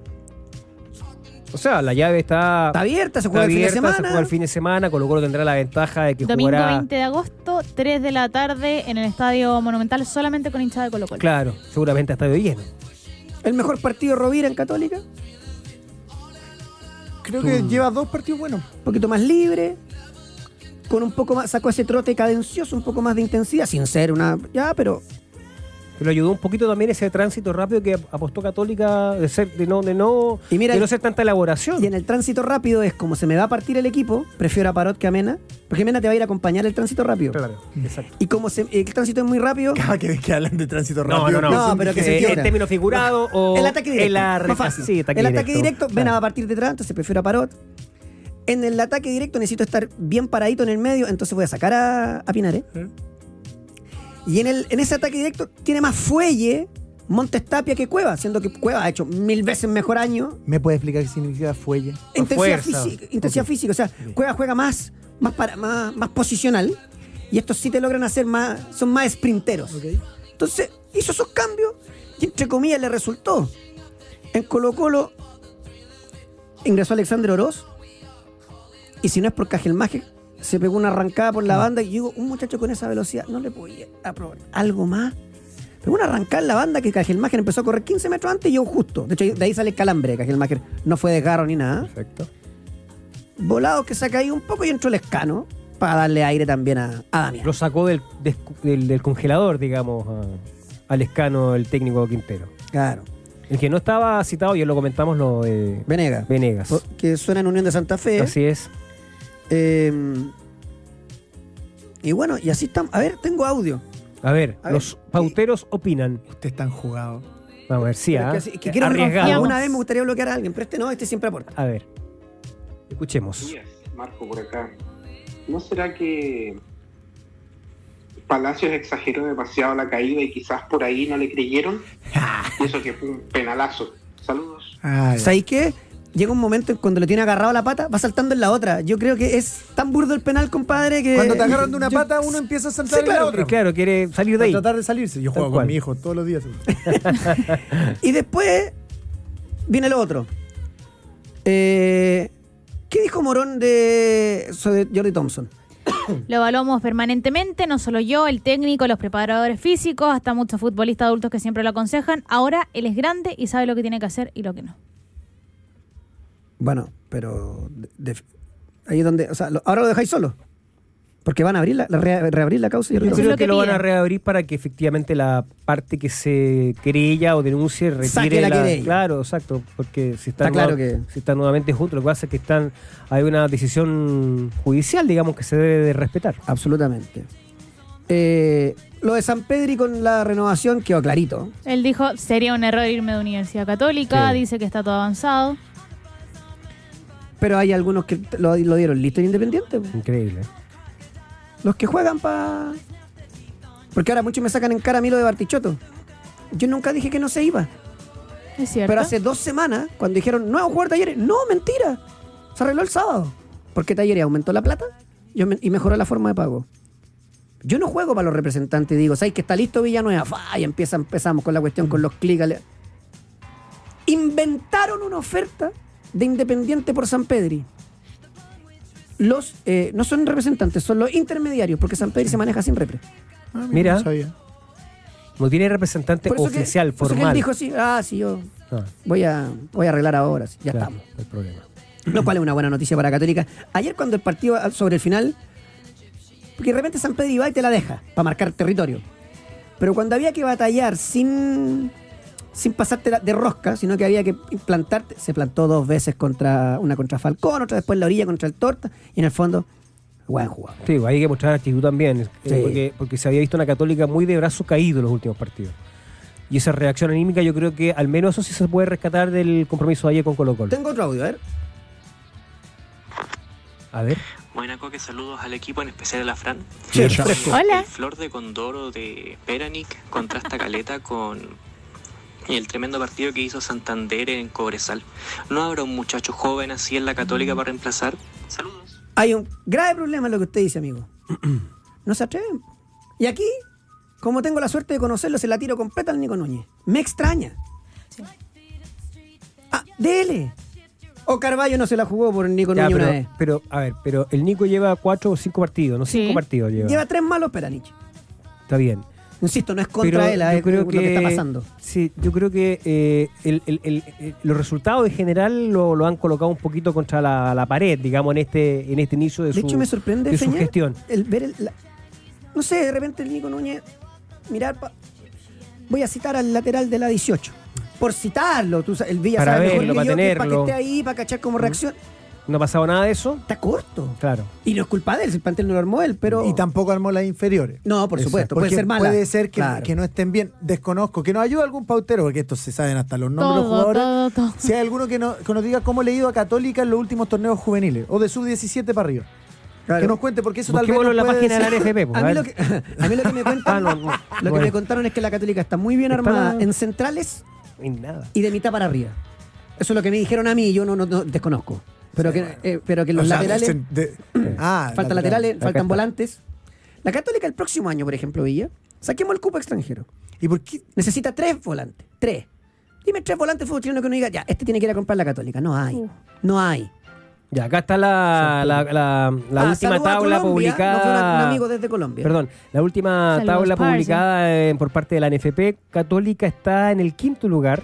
B: O sea, la llave está,
D: está abierta, se
B: está
D: juega el fin de
B: abierta, se
D: semana.
B: juega el fin de semana, Colo Colo tendrá la ventaja de que
C: Domingo
B: jugará.
C: 20 de agosto, 3 de la tarde, en el Estadio Monumental, solamente con hinchada de Colo Colo.
B: Claro, seguramente hasta de lleno.
D: El mejor partido de Rovira en Católica.
A: Creo que lleva dos partidos buenos.
D: Un poquito más libre. con un poco más, sacó ese trote cadencioso, un poco más de intensidad, sin ser una. Ya, pero
B: Que lo ayudó un poquito también ese tránsito rápido que apostó Católica de, ser, de, no, de, no,
D: Y mira,
B: de no ser tanta elaboración.
D: Y en el tránsito rápido es como se me va a partir el equipo, prefiero a Parot que a Mena, porque Mena te va a ir a acompañar el tránsito rápido.
B: Claro, exacto.
D: Y como se- el tránsito es muy rápido,
A: Cada que, que hablan de tránsito
B: No,
A: rápido.
B: no, no.
D: No, pero que se
B: Eh,
D: quiebra.
B: En término figurado o.
D: el ataque directo.
B: en la re-
D: más fácil.
B: Sí, ataque
D: el ataque directo,
B: claro.
D: Mena va a partir detrás, entonces prefiero a Parot. En el ataque directo necesito estar bien paradito en el medio, entonces voy a sacar a, a Pinares. Y en, el, en ese ataque directo tiene más fuelle Montes Tapia que Cueva, siendo que Cueva ha hecho mil veces mejor año
A: ¿Me puede explicar qué significa fuelle?
B: Por
D: intensidad,
B: fuerza.
D: física, intensidad física. O sea, Cueva juega más, más, para, más, más posicional. Y estos sí te logran hacer más. Son más sprinteros. Entonces, hizo esos cambios y entre comillas le resultó. En Colo-Colo ingresó Alexander Oroz. Y si no es por Cajelmaje, se pegó una arrancada por la banda. Y yo digo, un muchacho con esa velocidad no le podía aprobar algo más. Pegó una arrancada en la banda que Cajelmaje empezó a correr 15 metros antes y yo justo. De hecho, de ahí sale el calambre de Cajelmaje. No fue desgarro ni nada
B: Perfecto.
D: volado que se ha caído un poco y entró el escano para darle aire también a, a Damián.
B: Lo sacó del, descu- del, del congelador, digamos, a- al escano el técnico Quintero.
D: Claro.
B: El que no estaba citado, ya lo comentamos, lo de
D: Venega.
B: Venegas.
D: Po- Que suena en Unión de Santa Fe.
B: Así es.
D: Eh, y bueno, y así estamos. A ver, tengo audio.
B: A ver,
D: A ver,
B: los pauteros opinan.
A: Ustedes están jugados.
B: Vamos a ver, sí,
D: Pero es
B: ¿ah?
D: que así- es que quiero
B: arriesgado.
D: Una vez me gustaría bloquear a alguien, pero este no, este siempre aporta.
B: A ver, escuchemos.
F: Díaz, Marco, por acá. ¿No será que Palacios exageró demasiado la caída y quizás por ahí no le creyeron? Y eso que fue un penalazo. Saludos.
D: ¿Sabéis qué? Llega un momento en cuando le tiene agarrado la pata, va saltando en la otra. Yo creo que es tan burdo el penal, compadre, que.
A: Cuando te agarran de una
D: Yo-
A: pata, uno empieza a saltar
D: Sí, claro,
A: en la
B: Y
A: otra.
B: claro, quiere salir de
A: Para
B: ahí.
A: tratar de salirse. Yo
B: Tal
A: juego
B: cual.
A: con mi hijo todos los días. Ah,
D: Y después viene lo otro. Eh, ¿Qué dijo Morón de sobre Jordi Thompson?
C: Lo evaluamos permanentemente, no solo yo, el técnico, los preparadores físicos, hasta muchos futbolistas adultos que siempre lo aconsejan. Ahora él es grande y sabe lo que tiene que hacer y lo que no.
D: Bueno, pero de- de- ahí es donde, o sea, lo- ahora lo dejáis solo. Porque van a abrir la, la re- reabrir la causa. de Jordi
B: Yo
C: Eso es
B: creo
C: lo
B: que,
C: que
B: lo van
C: piden.
B: a reabrir para que efectivamente la parte que se querella o denuncie retire
D: Saque la querella.
B: Claro, exacto, porque si están,
D: Está claro
B: nueva-
D: que-
B: si están nuevamente juntos, lo que pasa es que están hay una decisión judicial, digamos, que se debe de respetar.
D: Thompson. Absolutamente. Eh, lo de San Pedri con la renovación quedó clarito.
C: Él dijo, sería un error irme de Universidad Católica,
B: Sí.
C: dice que está todo avanzado.
D: Pero hay algunos que t- lo, lo dieron listo y independiente. po.
B: Increíble. ¿eh?
D: Los que juegan para. Porque ahora muchos me sacan en cara a mí lo de Bartichotto. Yo nunca dije que no se iba.
C: Es cierto.
D: Pero hace dos semanas, cuando dijeron, no, vamos a jugar talleres, no, mentira. Se arregló el sábado. Porque talleres aumentó la plata y aumen- y mejoró la forma de pago. Yo no juego para los representantes, digo, ¿sabes que está listo Villanueva? Fa, Y empieza, empezamos con la cuestión,
B: Mm.
D: con los clics. ale- Inventaron una oferta de Independiente por San Pedri. Los, eh, no son representantes, son los intermediarios, porque San Pedri se maneja sin repre.
B: Mira.
A: No sabía.
B: No tiene representante
D: Por eso que-
B: oficial,
D: por eso que
B: formal.
D: él dijo, sí, ah, sí, yo
B: Ah,
D: voy a, voy a arreglar ahora, sí, ya
B: claro,
D: estamos.
B: no hay problema.
D: Lo cual es una buena noticia para Católica. Ayer cuando el partido ah, sobre el final, porque de repente San Pedro Ibai te la deja para marcar territorio. Pero cuando había que batallar sin, sin pasarte la- de rosca, sino que había que plantarte, se plantó dos veces contra una contra Falcón, otra después en la orilla contra el Torta, y en el fondo, buen jugador.
B: Sí, hay que mostrar actitud también, eh,
D: Sí.
B: porque, porque se había visto una católica muy de brazos caídos los últimos partidos. Y esa reacción anímica yo creo que al menos eso sí se puede rescatar del compromiso de ayer con Colo Colo.
D: Tengo otro audio, a ver.
B: A ver.
G: Buena Coque, saludos al equipo, en especial a la Fran.
D: Sí, fresco.
C: Hola.
G: El flor de Condoro de Peranic contrasta caleta con el tremendo partido que hizo Santander en Cobresal. ¿No habrá un muchacho joven así en la Católica para reemplazar? Saludos.
D: Hay un grave problema en lo que usted dice, amigo. No se atreven. Y aquí, como tengo la suerte de conocerlo, se la tiro completa al Nico Núñez. Me extraña. Ah, dele. O Carballo no se la jugó por Nico
B: Ya,
D: Núñez
B: pero,
D: una vez.
B: pero, a ver, pero el Nico lleva cuatro o cinco partidos, no
C: Sí.
B: cinco partidos lleva.
D: Lleva tres malos Peranich.
B: Está bien.
D: Insisto, no es
B: Pero
D: contra él,
B: yo
D: es
B: creo
D: lo que está pasando.
B: Sí, yo creo que eh, el- el- el- el- los resultados en general lo, lo han colocado un poquito contra la, la pared, digamos, en este, en este inicio de,
D: De
B: su,
D: hecho, me sorprende,
B: de su
D: Feña,
B: gestión.
D: el ver el- la- no sé, de repente el Nico Núñez mirar pa- voy a citar al lateral de la 18. Por citarlo, tú sa- el Villa
B: Para
D: sabe mejor
B: verlo,
D: que
B: para
D: yo que para que
B: tenerlo. Mm.
D: esté ahí, para cachar cómo reacción.
B: No ha pasado nada de eso,
D: Está corto.
B: claro.
D: Y no es culpa de él, si el plantel no lo armó él, pero
A: Y tampoco armó las inferiores.
D: No, por
A: Exacto,
D: supuesto,
A: porque
D: puede ser mala.
A: Puede ser que,
D: Claro.
A: que no estén bien. Desconozco, que nos ayude algún pautero, porque estos se saben hasta los nombres de los
C: Todo,
A: jugadores.
C: todo, todo.
A: Si hay alguno que, no- que nos diga cómo le ha ido a Católica en los últimos torneos juveniles, o de sub-17 para arriba.
D: Claro.
A: Que nos cuente, porque eso tal vez.
B: Busquémoslo en la
A: nos puede
B: página de la
A: decir-
B: NFP. pues,
D: A mí,
B: ver.
D: lo que, a mí lo que me
B: Ah,
D: cuentan,
B: no, no.
D: lo que
B: Bueno,
D: me contaron es que la Católica está muy bien
B: Está-
D: armada en centrales
B: ni nada.
D: y de mitad para arriba. Eso es lo que me dijeron a mí, yo no, no- no desconozco. Pero que, eh, pero que los
A: O sea,
D: laterales,
A: dicen de- ah,
D: faltan
A: lateral.
D: laterales,
B: Acá
D: faltan
B: está.
D: volantes. La Católica el próximo año, por ejemplo, Villa, saquemos el cupo extranjero.
A: ¿Y por qué?
D: Necesita tres volantes, tres. Dime tres volantes futbolistas que uno diga, ya, este tiene que ir a comprar la Católica. No hay, no hay.
B: Ya, acá está la, la, la- la
D: Ah,
B: última
D: saludo a
B: tabla
D: Colombia.
B: publicada.
D: Nos fue un- un amigo desde Colombia.
B: Perdón, la última
C: Saludos,
B: tabla
C: parce.
B: publicada eh, por parte de la NFP Católica está en el quinto lugar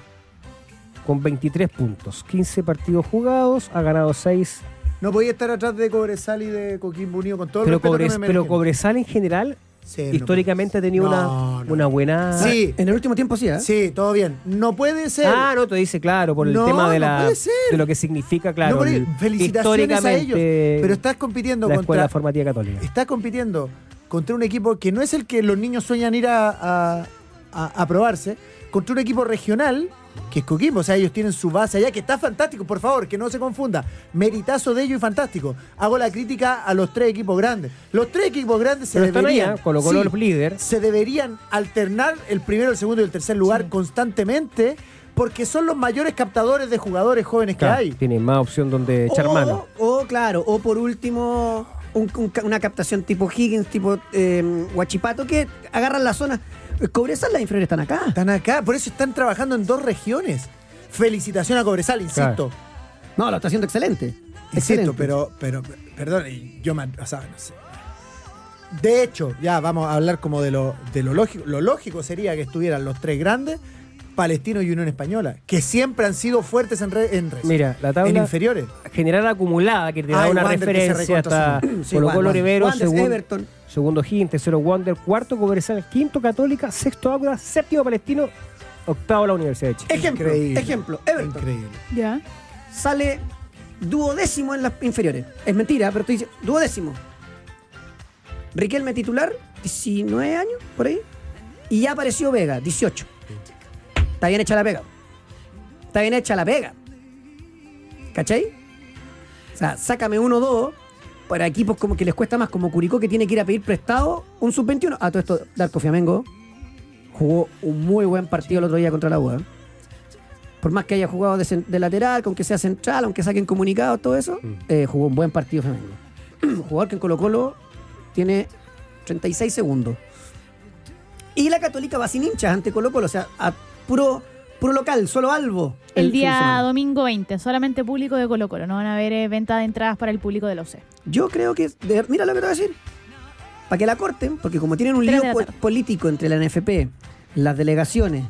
B: con 23 puntos, 15 partidos jugados, ha ganado 6.
A: No podía estar atrás de Cobresal y de Coquimbo Unido con todo el
B: Pero,
A: respeto que
B: Cobres-
A: me
B: pero
A: merecen.
B: Cobresal en general
A: Sí, no
B: históricamente ha tenido
A: No,
B: una,
A: no.
B: una buena...
A: Sí.
D: En el último tiempo sí, ¿eh?
A: puede- Sí, todo bien. No puede ser.
B: Ah, no, te dice, claro, por el
A: No,
B: tema de,
A: no
B: la,
A: puede ser.
B: de lo que significa, claro,
A: No, pero
B: el-
A: felicitaciones a ellos.
B: históricamente
A: Pero estás compitiendo
B: la Escuela
A: contra.
B: Formativa Católica.
A: Estás compitiendo contra un equipo que no es el que los niños sueñan ir a, a, a- a probarse, contra un equipo regional que es Coquimbo. O sea, ellos tienen su base allá, que está fantástico, por favor, que no se confunda. Meritazo de ellos y fantástico. Hago la crítica a los tres equipos grandes. Los tres equipos grandes se
B: Pero están
A: deberían.
B: allá, Colo Colo
A: Sí,
B: es líder.
A: se deberían alternar el primero, el segundo y el tercer lugar constantemente porque son los mayores captadores de jugadores jóvenes que
B: Claro,
A: hay. Oh,
B: Tienen más opción donde echar
D: o,
B: mano.
D: O, claro, o por último, un- un ca- una captación tipo Higgins, tipo eh, Guachipato, que agarran la zona. Cobresal, las inferiores están acá.
A: Están acá, por eso están trabajando en dos regiones. Felicitación a Cobresal, insisto.
D: No, lo está haciendo excelente. Excelente.
A: Insisto, pero, pero, perdón, y yo me, o sea, no sé. De hecho, ya vamos a hablar como de lo, de lo lógico. Lo lógico sería que estuvieran los tres grandes, Palestino y Unión Española, que siempre han sido fuertes en, re- en res-
B: Mira, la tabla...
A: en inferiores.
B: general acumulada que te da
A: Ah, el
B: una
A: Wander que se
B: referencia
A: recontra
B: hasta
D: Sí,
B: Colo Colo
D: Wander,
B: Rivero,
D: Wander,
B: segun-
D: Everton.
B: segundo Higgins, tercero Wander, cuarto Cobresal, quinto Católica, sexto Águeda, séptimo Palestino, octavo la Universidad de Chile.
D: Ejemplo,
A: Increíble.
D: ejemplo, Everton
A: Increíble.
C: Ya.
D: sale duodécimo en las inferiores. Es mentira, pero estoy diciendo, duodécimo. Riquelme titular, 19 años, por ahí. Y ya apareció Vega, 18. Está bien hecha la pega. Está bien hecha la pega. ¿Cachai? O sea, sácame uno o dos para equipos como que les cuesta más, como Curicó que tiene que ir a pedir prestado un sub-21. A todo esto, Darko Fiamengo jugó un muy buen partido el otro día contra la UA. Por más que haya jugado de, cen- de lateral, con que sea central, aunque saquen comunicados, todo eso, eh, jugó un buen partido Fiamengo. Un jugador que en Colo Colo tiene 36 segundos. Y la Católica va sin hinchas ante Colo Colo, o sea, a puro, puro local, solo Albo.
C: El,
D: fin de
C: día
D: semana.
C: domingo 20, solamente público de Colo Colo. No van a haber eh, venta de entradas para el público de los E. C.
D: Yo creo que. de- mira lo que te voy a decir. Para que la corten, porque como tienen un
C: Tres
D: lío
C: de la
D: pol-
C: tarde.
D: político entre la NFP, las delegaciones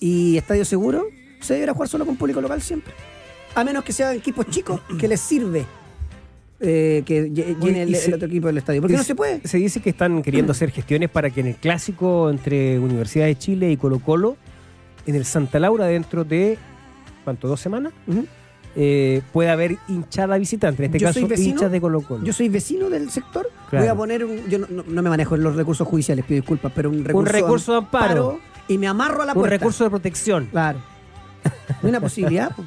D: y Estadio Seguro, se deberá jugar solo con público local siempre. A menos que sean equipos chicos que les sirve eh, que
B: Oye,
D: lle- llene el,
B: y se-
D: el otro equipo del estadio. Porque
B: y
D: no
B: se-
D: se puede.
B: Se dice que están queriendo hacer gestiones para que en el clásico entre Universidad de Chile y Colo Colo, en el Santa Laura dentro de, ¿cuánto? ¿Dos semanas?
D: Ujú.
B: Eh, pueda haber hinchada visitante, en este
D: Yo
B: caso
D: soy vecino,
B: hinchas de Colo Colo.
D: Yo soy vecino del sector,
B: Claro.
D: voy a poner un. Yo no, no- no me manejo en los recursos judiciales, pido disculpas, pero un recurso,
B: un recurso de amparo,
D: Y me amarro a la
B: un
D: puerta.
B: recurso de protección.
D: Claro. No hay una posibilidad. po.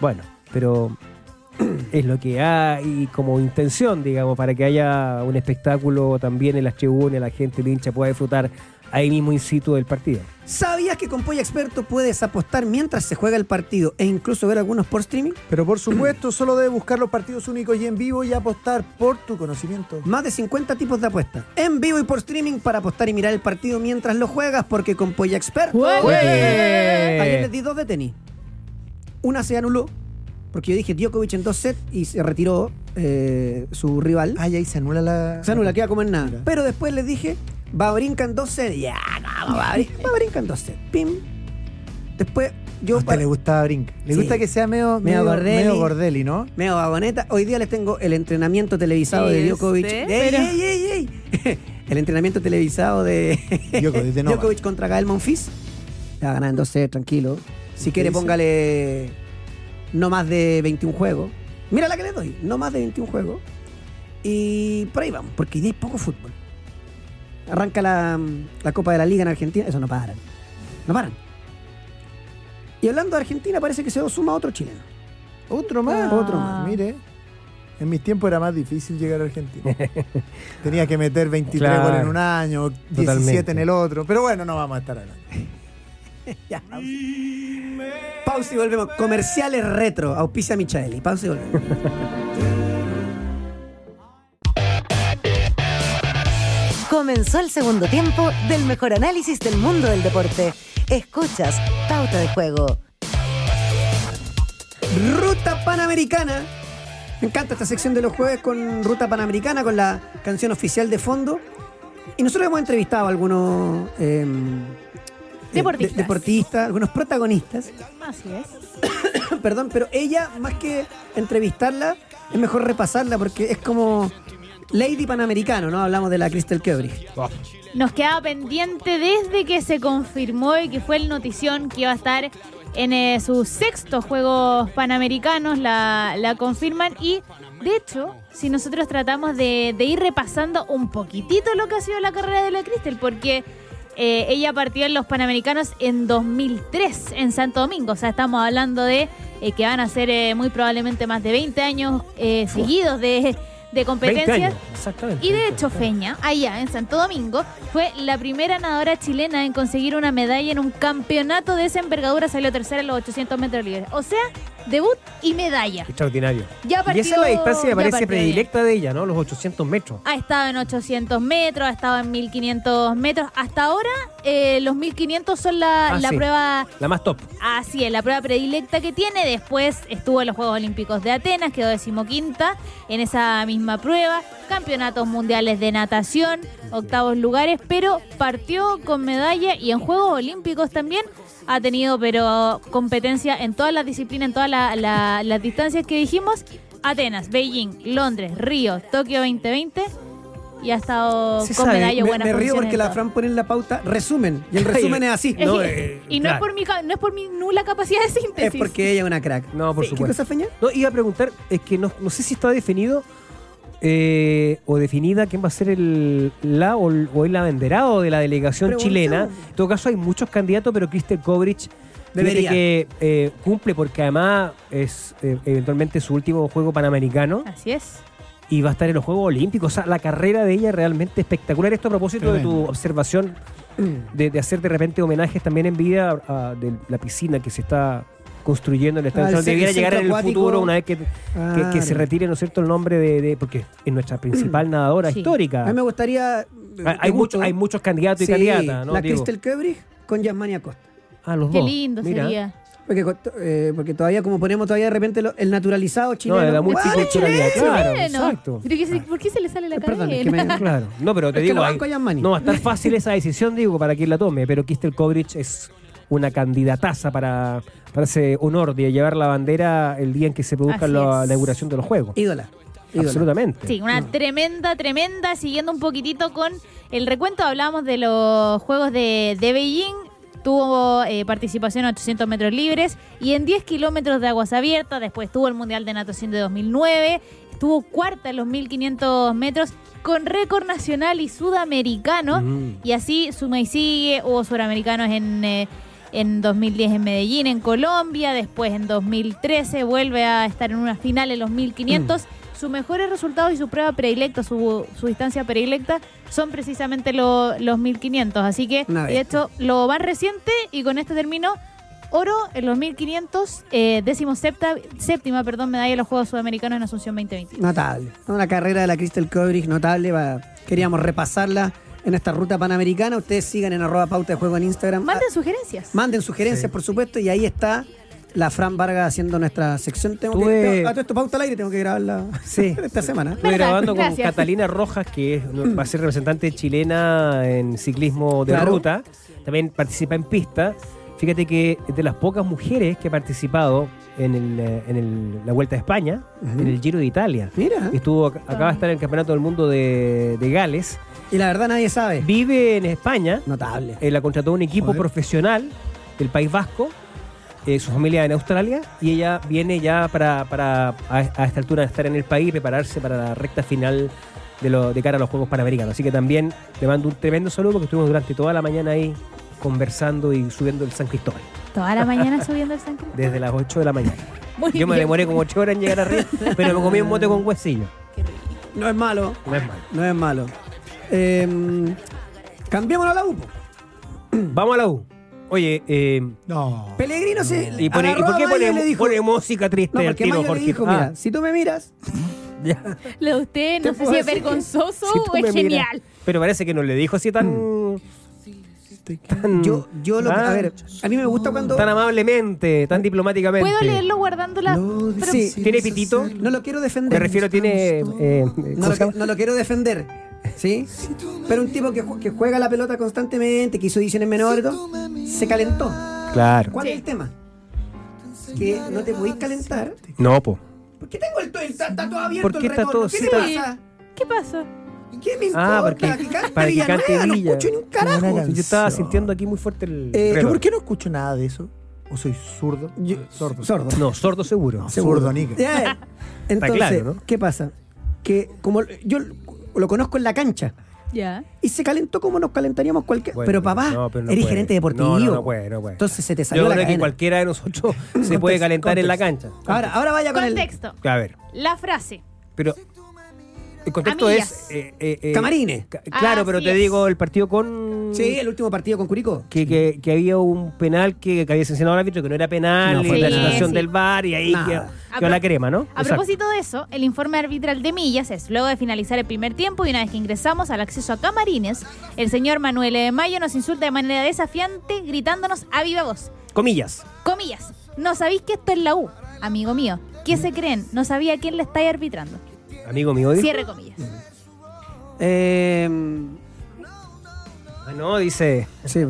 B: Bueno, pero es lo que hay como intención, digamos, para que haya un espectáculo también en las tribunas, la gente, el hincha pueda disfrutar ahí mismo in situ del partido.
D: ¿Sabías que con Polla Experto puedes apostar mientras se juega el partido e incluso ver algunos por streaming?
A: Pero por supuesto, solo debes buscar los partidos únicos y en vivo y apostar por tu conocimiento.
D: Más de 50 tipos de apuestas. En vivo y por streaming para apostar y mirar el partido mientras lo juegas, porque con Polla Experto.
B: ¡Juegue!
D: Ayer les di dos de tenis. Una se anuló, porque yo dije Djokovic en dos sets y se retiró eh, su rival.
A: Ay, Ah, ahí se anula la.
D: Se anula, queda como en nada.
A: Mira.
D: Pero después les dije, Va, brincan dos sets. Ya, no, va, brincan, va, brincan dos sets. Pim. Después, yo.
A: A usted le gustaba Brink. Le
D: Sí.
A: gusta que sea medio,
D: Medio
A: medio, medio
D: Gordelli.
A: Gordelli. ¿no?
D: Meo vagoneta. Hoy día les tengo el entrenamiento televisado de
A: Este,
H: ¿En
D: Djokovic.
H: serio?
D: ¡Ey, ey, ey, ey! el entrenamiento televisado de
A: Djokovic de Novak.
D: Djokovic contra Gael Monfils. Está ganando set, tranquilo. Si
A: ¿Qué
D: quiere,
A: dice?
D: póngale no más de 21 juegos. Mira la que le doy, no más de 21 juegos. Y por ahí vamos, porque hoy día hay poco fútbol. Arranca la, la Copa de la Liga en Argentina, eso no paran. No paran. Y hablando de Argentina, parece que se suma otro chileno.
A: Otro más.
C: Ah.
A: Otro más. Mire. En mis tiempos era más difícil llegar a Argentina. Tenía que meter 23
B: Claro.
A: goles en un año, 17
B: Totalmente.
A: en el otro. Pero bueno, no vamos a estar hablando.
D: Ya, pausa. Pausa y volvemos. Comerciales retro. Auspicia Michaeli. Pausa y volvemos.
E: Comenzó el segundo tiempo del mejor análisis del mundo del deporte. Escuchas Pauta de Juego.
D: Ruta Panamericana. Me encanta esta sección de los jueves con Ruta Panamericana, con la canción oficial de fondo. Y nosotros hemos entrevistado a algunos eh, de-
C: Deportistas.
D: de- deportistas, algunos protagonistas.
C: Así es.
D: Perdón, pero ella, más que entrevistarla, es mejor repasarla porque es como Lady Panamericano, ¿no? Hablamos de la Crystal Kebrich.
C: Nos quedaba pendiente desde que se confirmó y que fue el notición que iba a estar en eh, sus sextos Juegos Panamericanos, la, la confirman y de hecho, si nosotros tratamos de, de ir repasando un poquitito lo que ha sido la carrera de la Cristel, porque eh, ella partió en los Panamericanos en 2003 en Santo Domingo, o sea, estamos hablando de eh, que van a ser eh, muy probablemente más de 20 años eh, seguidos de,
B: 20
C: de competencias.
B: años, exactamente.
C: Y de hecho, Feña, allá en Santo Domingo, fue la primera nadadora chilena en conseguir una medalla en un campeonato de esa envergadura. Salió tercera en los 800 metros libres. O sea, debut y medalla.
B: Extraordinario.
C: Ya
B: Y
C: partió,
B: esa es la distancia que
C: ya
B: parece
C: partió bien.
B: predilecta de ella, ¿no? Los 800 metros.
C: Ha estado en 800 metros, ha estado en 1500 metros. Hasta ahora, eh, los 1500 son la,
B: Ah,
C: la
B: sí.
C: prueba
B: La más top.
C: Así es, la prueba predilecta que tiene. Después estuvo en los Juegos Olímpicos de Atenas, quedó decimoquinta en esa misma prueba. Campeonatos mundiales de natación, octavos lugares, pero partió con medalla y en Juegos Olímpicos también ha tenido, pero competencia en todas las disciplinas, en todas la- la- las distancias que dijimos. Atenas, Beijing, Londres, Río, Tokio 2020 y ha estado
D: Se
C: con
D: sabe,
C: medalla
D: me,
C: buena.
D: me río porque la Fran pone en la pauta resumen. Y el resumen es así.
B: No,
C: que-
B: eh,
C: y no,
B: claro.
C: es por mi, ca- no es por mi nula capacidad de síntesis.
D: Es porque ella es una crack.
B: No, por
D: Sí, ¿Qué
B: supuesto.
D: cosa, Feña?
B: No, iba a preguntar, es que no, no sé si está definido eh, o definida quién va a ser el la o el, o el abanderado de la delegación
D: Preguntemos.
B: chilena. En todo caso, hay muchos candidatos, pero Christel Kovrich
D: Debería.
B: que eh, cumple porque además es eh, eventualmente su último juego panamericano
C: Así es.
B: y va a estar en los Juegos Olímpicos. O sea, la carrera de ella es realmente espectacular. Esto a propósito de
A: Tremendo.
B: tu observación de, de hacer de repente homenajes también en vida a- a- de la piscina que se está construyendo en el Estadio
D: Ah, el
B: Nacional.
D: ce-
B: Debiera
D: el
B: llegar en
D: centro
B: el
D: acuático.
B: futuro una vez que, que- que
D: Claro.
B: se retire, ¿no es cierto?, el nombre de... de- porque es nuestra principal nadadora
C: Sí.
D: A
B: histórica.
D: mí me gustaría. eh,
B: Hay, hay
D: de
B: mucho-
D: gusto,
B: hay muchos candidatos
D: sí,
B: y candidatas, ¿no?
D: La
B: Diego?
D: Crystal Kebrich con Yasmania Costa.
B: Ah, los
C: Qué
B: dos.
C: lindo
B: Mira.
C: sería.
D: Porque, co- eh, porque todavía, como ponemos todavía de repente lo- el naturalizado
B: No,
D: chileno.
B: de la
D: ¡Guau!
B: multiculturalidad, claro,
C: Bueno,
B: exacto.
C: pero que se- ¿Por qué se le sale la
D: Eh,
C: cadena?
D: perdón, es que me-
B: Claro. No, pero te
D: Es que
B: digo,
D: lo
B: hay-
D: banco a Yasmani.
B: no va a estar fácil esa decisión, digo, para quien la tome, pero Kistel Kovrich es una candidataza para, para ese honor de llevar la bandera el día en que se produzca
C: Así
B: la,
C: es.
B: la inauguración de los Juegos.
D: Ídola. ídola.
B: Absolutamente.
C: Sí, una tremenda, tremenda. Siguiendo un poquitito con el recuento, hablábamos de los Juegos de, de Beijing. Tuvo eh, participación en 800 metros libres y en 10 kilómetros de aguas abiertas. Después tuvo el Mundial de Natación de 2009. Estuvo cuarta en los 1500 metros con récord nacional y sudamericano.
B: Mm.
C: Y así suma y sigue. Hubo suramericanos en, eh, en 2010 en Medellín, en Colombia. Después en 2013 vuelve a estar en una final en los 1500.
B: Mm.
C: Sus mejores resultados y su prueba predilecta, su, su distancia predilecta, son precisamente lo- los 1500. Así que,
D: Una
C: de
D: vez.
C: hecho, lo más reciente, y con esto termino, oro en los 1500, eh, décimo septa- séptima perdón, medalla de los Juegos Sudamericanos en Asunción 2020.
D: Notable. Una carrera de la Crystal Kebrich notable. va- Queríamos repasarla en esta ruta panamericana.
B: Ah.
D: Ustedes sigan en arroba pauta de juego en Instagram.
C: Manden sugerencias.
D: Manden sugerencias, por supuesto, y ahí está la Fran Vargas haciendo nuestra sección. Tengo
B: Tuve-
D: que, tengo- a todo esto pauta al aire, tengo que grabarla
B: Sí.
D: esta semana.
B: Estuve
C: Verdad,
B: grabando con
C: gracias.
B: Catalina Rojas, que es- va a ser representante chilena en ciclismo de
D: Claro.
B: ruta. También participa en pista. Fíjate que es de las pocas mujeres que ha participado en, el, eh, en el- la Vuelta a España,
D: Ujú.
B: en el Giro de Italia.
D: Mira.
B: Estuvo, ac- acaba de estar en el Campeonato del Mundo de, de Gales.
D: Y la verdad nadie sabe.
B: Vive en España.
D: Notable.
B: Eh, la contrató un equipo
D: Joder.
B: profesional del País Vasco, eh, su familia en Australia, y ella viene ya para, para a, a esta altura estar en el país y prepararse para la recta final de, lo, de cara a los Juegos Panamericanos. Así que también le mando un tremendo saludo porque estuvimos durante toda la mañana ahí conversando y subiendo el San Cristóbal,
C: Toda la mañana subiendo el San Cristóbal.
B: desde las 8 de la mañana.
C: Muy
B: Yo me
C: bien.
B: demoré como 8 horas en llegar arriba, pero me comí un mote con huesillo.
D: No es malo,
B: No es malo.
D: no es malo. Eh, cambiémoslo a la UPO.
B: Vamos a la U. Oye, eh,
A: No.
D: Pellegrino se.
B: ¿y, pone-
D: agarró
B: y por
D: a
B: qué
D: Mayo y
B: pone,
D: le dijo-
B: pone música triste
D: No,
B: al
D: porque
B: tiro,
D: Mayo le
B: Jorge?
D: dijo,
B: Ah.
D: mira, si tú me miras,
C: Lo de usted,
D: Te
C: no sé
D: puedo
C: si es
D: decir que-
C: vergonzoso
B: Si tú
C: o
B: me miras.
C: es genial.
B: pues, Pero parece que no le dijo así
D: Mm.
B: tan. tan-
D: yo, yo lo que-
B: Ah.
D: A ver, a mí me gusta cuando.
B: tan amablemente, tan diplomáticamente.
C: ¿Puedo leerlo guardando la.? pero-
D: Sí.
B: ¿Tiene pitito?
D: No lo quiero defender.
B: Me refiero, tiene. eh, eh,
D: No
B: ¿cómo
D: lo,
B: se llama?
D: que- no lo quiero defender. ¿Sí? Pero un tipo que, ju- que juega la pelota constantemente, que hizo ediciones menores, y todo, se calentó.
B: Claro.
D: ¿Cuál es el tema? Que no te podís calentar.
B: No, po.
D: ¿Por qué tengo el, to- el ta- tatuado abierto?
B: ¿Por qué
D: el
B: está
D: retorno?
B: todo-
D: ¿Qué
B: sí,
D: te
B: está-
D: pasa?
C: ¿Qué pasó?
D: ¿Qué me importa?
B: Ah, porque-
D: que cante
B: para que
D: Villanueva,
B: cante
D: no
B: Villa.
D: escucho ni un carajo.
A: Una
B: Yo estaba
A: canción.
B: sintiendo aquí muy fuerte el.
D: Eh,
A: ¿Yo
B: reloj.
A: por qué no escucho nada de eso? ¿O soy zurdo? Eh, sordo.
D: Sordo.
B: No, sordo seguro.
A: Zurdo, Nica.
D: Ya, Entonces,
B: claro, ¿no?
D: ¿qué pasa? Que como l- yo l- lo conozco en la cancha
C: Ya.
D: y se calentó como nos calentaríamos cualquier.
B: Bueno,
D: pero papá,
B: no, pero no
D: eres
B: puede.
D: gerente
B: No,
D: deportivo.
B: no, no puede, no puede.
D: Entonces se te
B: Yo
D: salió la
B: creo que
D: cadena.
B: cualquiera de nosotros se puede
D: Contexto,
B: calentar en la
D: contexto. Ah.
B: cancha.
D: Ahora, ahora vaya con el
C: Contexto.
B: A ver,
C: La frase.
B: pero. El contexto
C: Amigas.
B: es. eh, eh, eh,
D: Camarines. Ah,
B: ca- Claro, pero
C: Así
B: te
C: es.
B: digo, el partido con.
D: Sí, el último partido con Curicó.
B: que, que, que había un penal que, que había sancionado el árbitro que no era penal,
D: No fue
B: y la
D: penal.
B: situación
C: Sí, sí.
B: del bar y ahí
D: Nada.
B: quedó,
C: A
B: quedó la
C: pro-
B: crema, ¿no?
C: A
B: Exacto.
C: propósito de eso, el informe arbitral de Millas es, luego de finalizar el primer tiempo y una vez que ingresamos al acceso a Camarines, el señor Manuel E. de Mayo nos insulta de manera desafiante gritándonos a viva voz.
B: Comillas.
C: Comillas, no sabéis que esto es la U, amigo mío. ¿Qué se creen? No sabía quién le estáis arbitrando.
B: Amigo mío. dijo.
C: Cierre comillas.
D: Eh,
B: Ah, no, dice.
D: sí,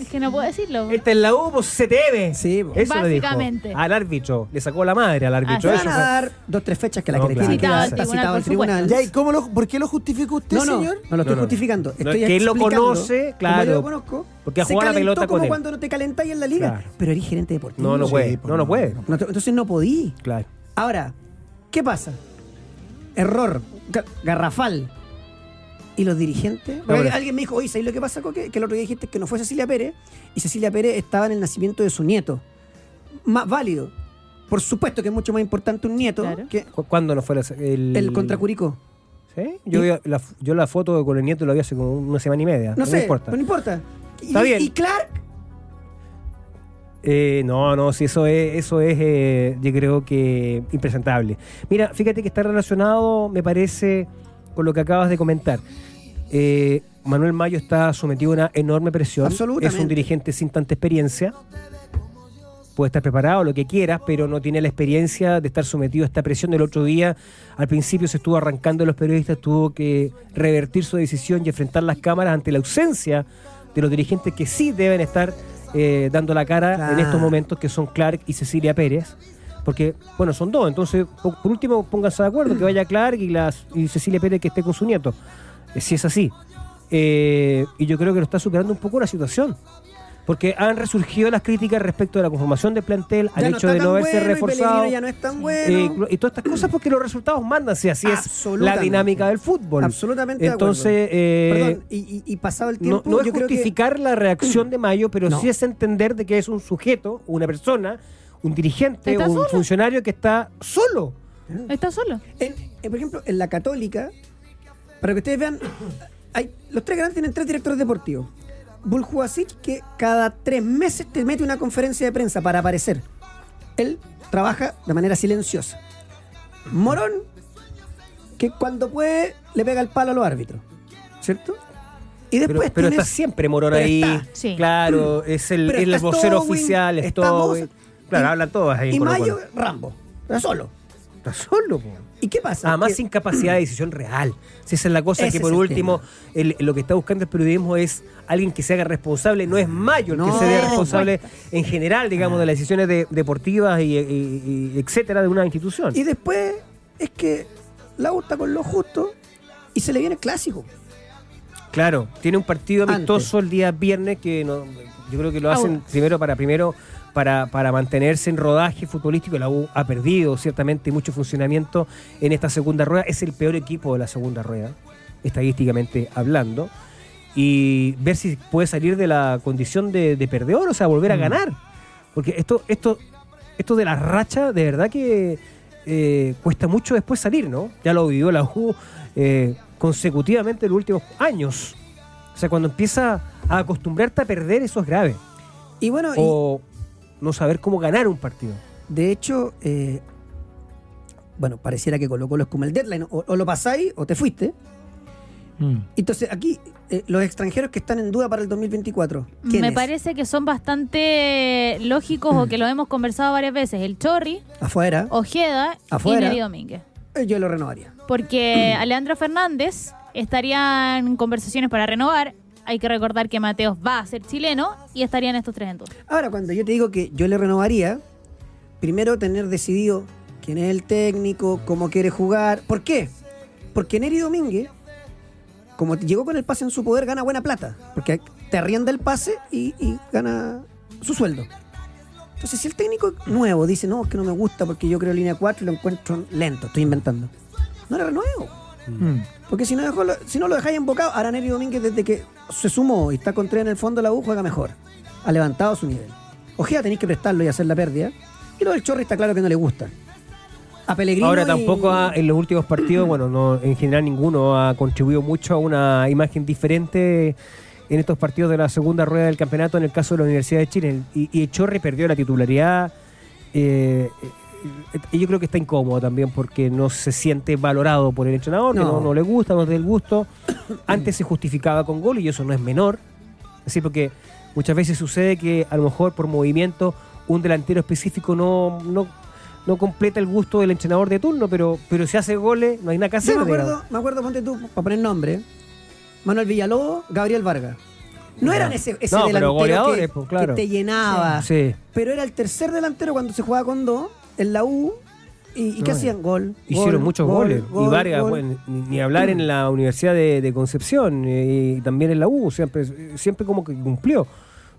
C: Es que no puedo decirlo.
B: Esta es la U, pues se te ve.
D: sí. pues. po.
B: Eso lo dijo.
C: Básicamente.
B: Al árbitro. Le sacó la madre al árbitro.
D: Te
C: Ah,
B: Eso
D: van a
B: fue-
D: dar dos, tres fechas que la
B: No,
D: que le tienen que
B: claro.
D: dar.
B: Citado
D: Está
C: al
D: citado al
C: tribunal,
D: tribunal.
A: Ya,
C: por
A: ¿y cómo lo, por qué lo justifica usted,
D: No, no,
A: señor?
D: no lo estoy
B: este No, no.
D: justificando.
B: No,
D: Estoy
B: es que él lo
D: explicando.
B: conoce,
D: Como yo
B: claro.
D: lo conozco.
B: Porque ha
D: se
B: jugado la
D: calentó
B: pelota con
D: como
B: él.
D: cuando no te calentáis en la liga.
B: Claro.
D: Pero eres gerente deportivo.
B: No, no
A: Sí,
B: puede.
A: pues,
B: No, no
A: no,
B: puede.
A: no.
D: No te- entonces no podí.
B: Claro.
D: Ahora, ¿qué pasa? Error, ga- garrafal. ¿Y los dirigentes? Porque
B: pero-
D: Alguien me dijo, oye, ¿sabes lo que pasa, Coque? Que el otro día dijiste que no fue Cecilia Pérez y Cecilia Pérez estaba en el nacimiento de su nieto. Más válido. Por supuesto que es mucho más importante un nieto
C: Claro.
D: que
B: ¿Cu- ¿Cuándo no fue la- el.
D: el contra Curicó.
B: ¿Sí? Yo, vi la, f- yo la foto con el nieto la vi hace como una semana y media. No,
D: No sé,
B: me importa.
D: no importa. Y-
B: Está bien.
D: Y Clark
B: Eh, no, no, si eso es, eso es eh, yo creo que impresentable. Mira, fíjate que está relacionado, me parece, con lo que acabas de comentar. Eh, Manuel Mayo está sometido a una enorme presión.
D: Absolutamente.
B: Es un dirigente sin tanta experiencia. Puede estar preparado, lo que quieras, pero no tiene la experiencia de estar sometido a esta presión. El otro día, al principio, se estuvo arrancando de los periodistas, tuvo que revertir su decisión y enfrentar las cámaras ante la ausencia de los dirigentes que sí deben estar eh, dando la cara en estos momentos, que son Clark y Cecilia Pérez. Porque, bueno, son dos. Entonces, po- por último, pónganse de acuerdo que vaya Clark y, las, y Cecilia Pérez que esté con su nieto. Eh, si es así. Eh, y yo creo que lo está superando un poco la situación. Porque han resurgido las críticas respecto de la conformación del plantel, al
D: ya
B: hecho
D: está
B: de
D: tan
B: no verse
D: bueno y
B: reforzado.
D: Pellegrino ya no es tan
B: eh,
D: bueno.
B: y todas estas cosas porque los resultados mandan, si así es la
D: Absolutamente.
B: dinámica del fútbol.
D: Absolutamente de acuerdo.
B: Entonces, eh,
D: Perdón, y, y- y pasado el
B: no,
D: este tiempo,
B: no es
D: yo creo que-
B: justificar la reacción de Mayo, pero
D: No.
B: sí es entender de que es un sujeto, una persona, un dirigente,
C: Está
B: un
C: solo.
B: funcionario que está solo.
C: Está solo.
D: En- en, por ejemplo, en la Católica, para que ustedes vean, hay, los tres grandes tienen tres directores deportivos. Buljuasic, que cada tres meses te mete una conferencia de prensa para aparecer. Él trabaja de manera silenciosa. Morón, que cuando puede le pega el palo a los árbitros, ¿cierto? Y
B: Pero,
D: después
B: pero está
D: tienes-
B: siempre Morón
D: pero
B: ahí.
D: está.
C: Sí.
B: Claro, es el,
D: Pero
B: el
D: está
B: vocero
D: Stowin,
B: oficial, es
D: estamos-
B: todo. Claro,
D: Y-
B: hablan todas ahí. en
D: Y
B: Colo-Colo.
D: Mayo, Rambo. Está solo.
B: Está solo, po.
D: ¿Y qué pasa?
B: Además,
D: Que-
B: Ah, sin capacidad de decisión real. Si esa es la cosa
D: Ese
B: que, por
D: es el
B: último, el- lo que está buscando el periodismo es alguien que se haga responsable. No es Mayo el que
D: No,
B: se
D: por
B: haga responsable en general, digamos, de las decisiones de- deportivas y, y- y etcétera de una institución.
D: Y después es que la gusta con lo justo y se le viene el clásico.
B: Claro, tiene un partido
D: Antes.
B: amistoso el día viernes que no- yo creo que lo hacen
C: Ahora.
B: primero para primero para, para mantenerse en rodaje futbolístico. La U ha perdido ciertamente mucho funcionamiento en esta segunda rueda. Es el peor equipo de la segunda rueda, estadísticamente hablando. Y ver si puede salir de la condición de, de perdedor, o sea, volver a ganar. Porque esto, esto, esto de la racha, de verdad que eh, cuesta mucho después salir, ¿no? Ya lo vivió la U eh, consecutivamente en los últimos años. O sea, cuando empieza a acostumbrarte a perder, eso es grave.
D: Y bueno, y
B: O no saber cómo ganar un partido.
D: de hecho, eh, bueno, pareciera que Colo Colo es como el deadline. O, o lo pasáis o te fuiste.
B: Mm.
D: Entonces, aquí, eh, los extranjeros que están en duda para el 2024. ¿quién
C: Me
D: es?
C: parece que son bastante lógicos o que lo hemos conversado varias veces. El Chorri,
D: Afuera.
C: Ojeda
D: Afuera.
C: y Neri Domínguez.
D: eh, Yo lo renovaría.
C: Porque Alejandro Fernández estaría en conversaciones para renovar. Hay que recordar que Mateos va a ser chileno y estarían estos tres entonces.
D: Ahora, cuando yo te digo que yo le renovaría, primero tener decidido quién es el técnico, cómo quiere jugar. ¿Por qué? Porque Neri Domínguez, como llegó con el pase en su poder, gana buena plata. Porque te arrienda el pase y, y gana su sueldo. Entonces, si el técnico nuevo dice, no, es que no me gusta porque yo creo línea 4 y lo encuentro lento, estoy inventando. No le renuevo.
A: Mm.
D: Porque si no, dejó lo- si no lo dejáis embocado, ahora Neri Domínguez desde que se sumó y está con tres en el fondo de la U juega mejor. Ha levantado su nivel. Ojea tenéis que prestarlo y hacer la pérdida. Y lo del Chorri está claro que no le gusta. A Pellegrino
B: Ahora
D: y-
B: tampoco ha- en los últimos partidos, bueno, no, en general ninguno ha contribuido mucho a una imagen diferente en estos partidos de la segunda rueda del campeonato en el caso de la Universidad de Chile. Y, y Chorri perdió la titularidad. eh, eh, y yo creo que está incómodo también porque no se siente valorado por el entrenador, que
D: No.
B: no, no le gusta, no es del gusto. Antes se justificaba con gol y eso no es menor. Así porque muchas veces sucede que a lo mejor por movimiento un delantero específico no, no, no completa el gusto del entrenador de turno, pero, pero si hace goles no hay nada que hacer.
D: Yo me
B: digamos.
D: acuerdo, me acuerdo, ponte tú, para poner nombre, Manuel Villalobos, Gabriel Vargas. No
B: Ya.
D: eran ese, ese
B: No, pero
D: delantero que,
B: goleadores, pues, claro.
D: que te llenaba.
B: Sí.
D: Pero era el tercer delantero cuando se jugaba con dos en la U. ¿Y, y
B: No,
D: qué
B: ya.
D: hacían? Gol.
B: Hicieron
D: gol,
B: muchos
D: gol,
B: goles.
D: gol,
B: y Vargas, pues,
D: gol.
B: bueno, ni, ni hablar en la Universidad de, de Concepción eh, y también en la U, siempre, siempre como que cumplió.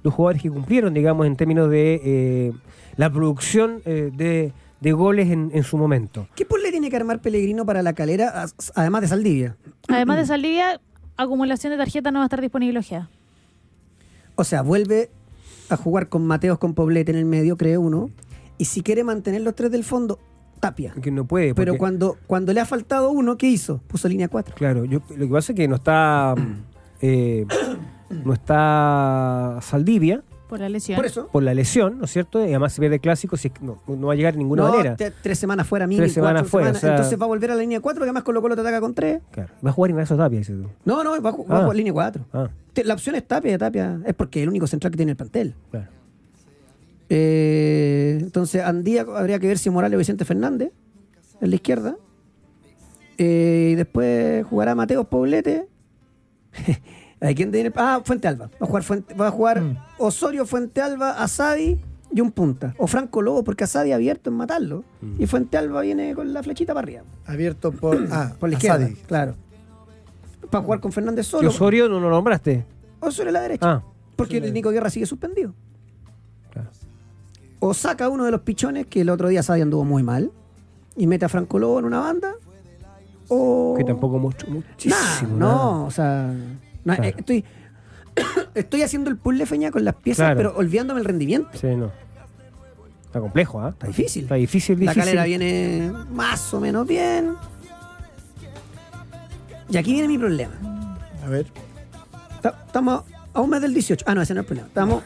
B: Los jugadores que cumplieron, digamos, en términos de eh, la producción eh, de, de goles en, en su momento.
D: ¿Qué puzzle tiene que armar Pellegrino para la calera, as- además de Saldivia?
C: Además de Saldivia, acumulación de tarjeta no va a estar disponible Ojeda.
D: O sea, vuelve a jugar con Mateos con Poblete en el medio, creo uno. Y si quiere mantener los tres del fondo, tapia.
B: Que no puede.
D: Pero
B: porque-
D: cuando, cuando le ha faltado uno, ¿qué hizo? Puso línea 4.
B: Claro, yo, lo que pasa es que no está. eh, no está Saldivia
C: Por la lesión.
D: Por eso.
B: por la lesión, ¿no es cierto? Y además se pierde el clásico, si es que no, no va a llegar de ninguna
D: no,
B: manera.
D: te- tres semanas fuera, mínimo.
B: Tres semanas
D: cuatro
B: fuera, o sea-
D: Entonces va a volver a la línea 4, que además Colo Colo te ataca con tres.
B: Claro. Va a jugar Ignacio Tapia, dices tú.
D: No, no, va, a ju- va a
B: Ah.
D: jugar línea 4.
B: Ah,
D: La opción es tapia, tapia. Es porque es el único central que tiene el plantel.
B: claro.
D: Eh, entonces, Andía habría que ver si Morales o Vicente Fernández en la izquierda. Eh, y después jugará Mateo Poblete. ¿A quién tiene? Ah, Fuente Alba. Va a jugar, Fuente- va a jugar
B: Mm.
D: Osorio, Fuente Alba, Asadi y un punta. O Franco Lobo, porque Asadi ha abierto en matarlo. Y Fuente Alba viene con la flechita para arriba.
A: Abierto por, ah,
D: Por la izquierda.
A: Asadi.
D: Claro. Para jugar con Fernández
B: ¿Y
D: solo.
B: Osorio no lo nombraste?
D: Osorio a la derecha.
B: Ah,
D: Porque Nico Guerra sigue suspendido.
B: Claro.
D: O saca uno de los pichones que el otro día Sadia anduvo muy mal y mete a Franco Lobo en una banda. O.
B: que tampoco mucho. Muchísimo.
D: Nah,
B: nada.
D: no, o sea. nah,
B: Claro.
D: eh, estoy, estoy haciendo el puzzle feña con las piezas,
B: Claro.
D: pero olvidándome el rendimiento.
B: Sí, no. Está complejo, ¿ah?
D: Está difícil.
B: Está difícil,
D: La
B: difícil.
D: calera viene más o menos bien. Y aquí viene mi problema.
A: A ver.
D: Ta- Estamos a un mes del 18. Ah, no, ese no es el problema. Estamos.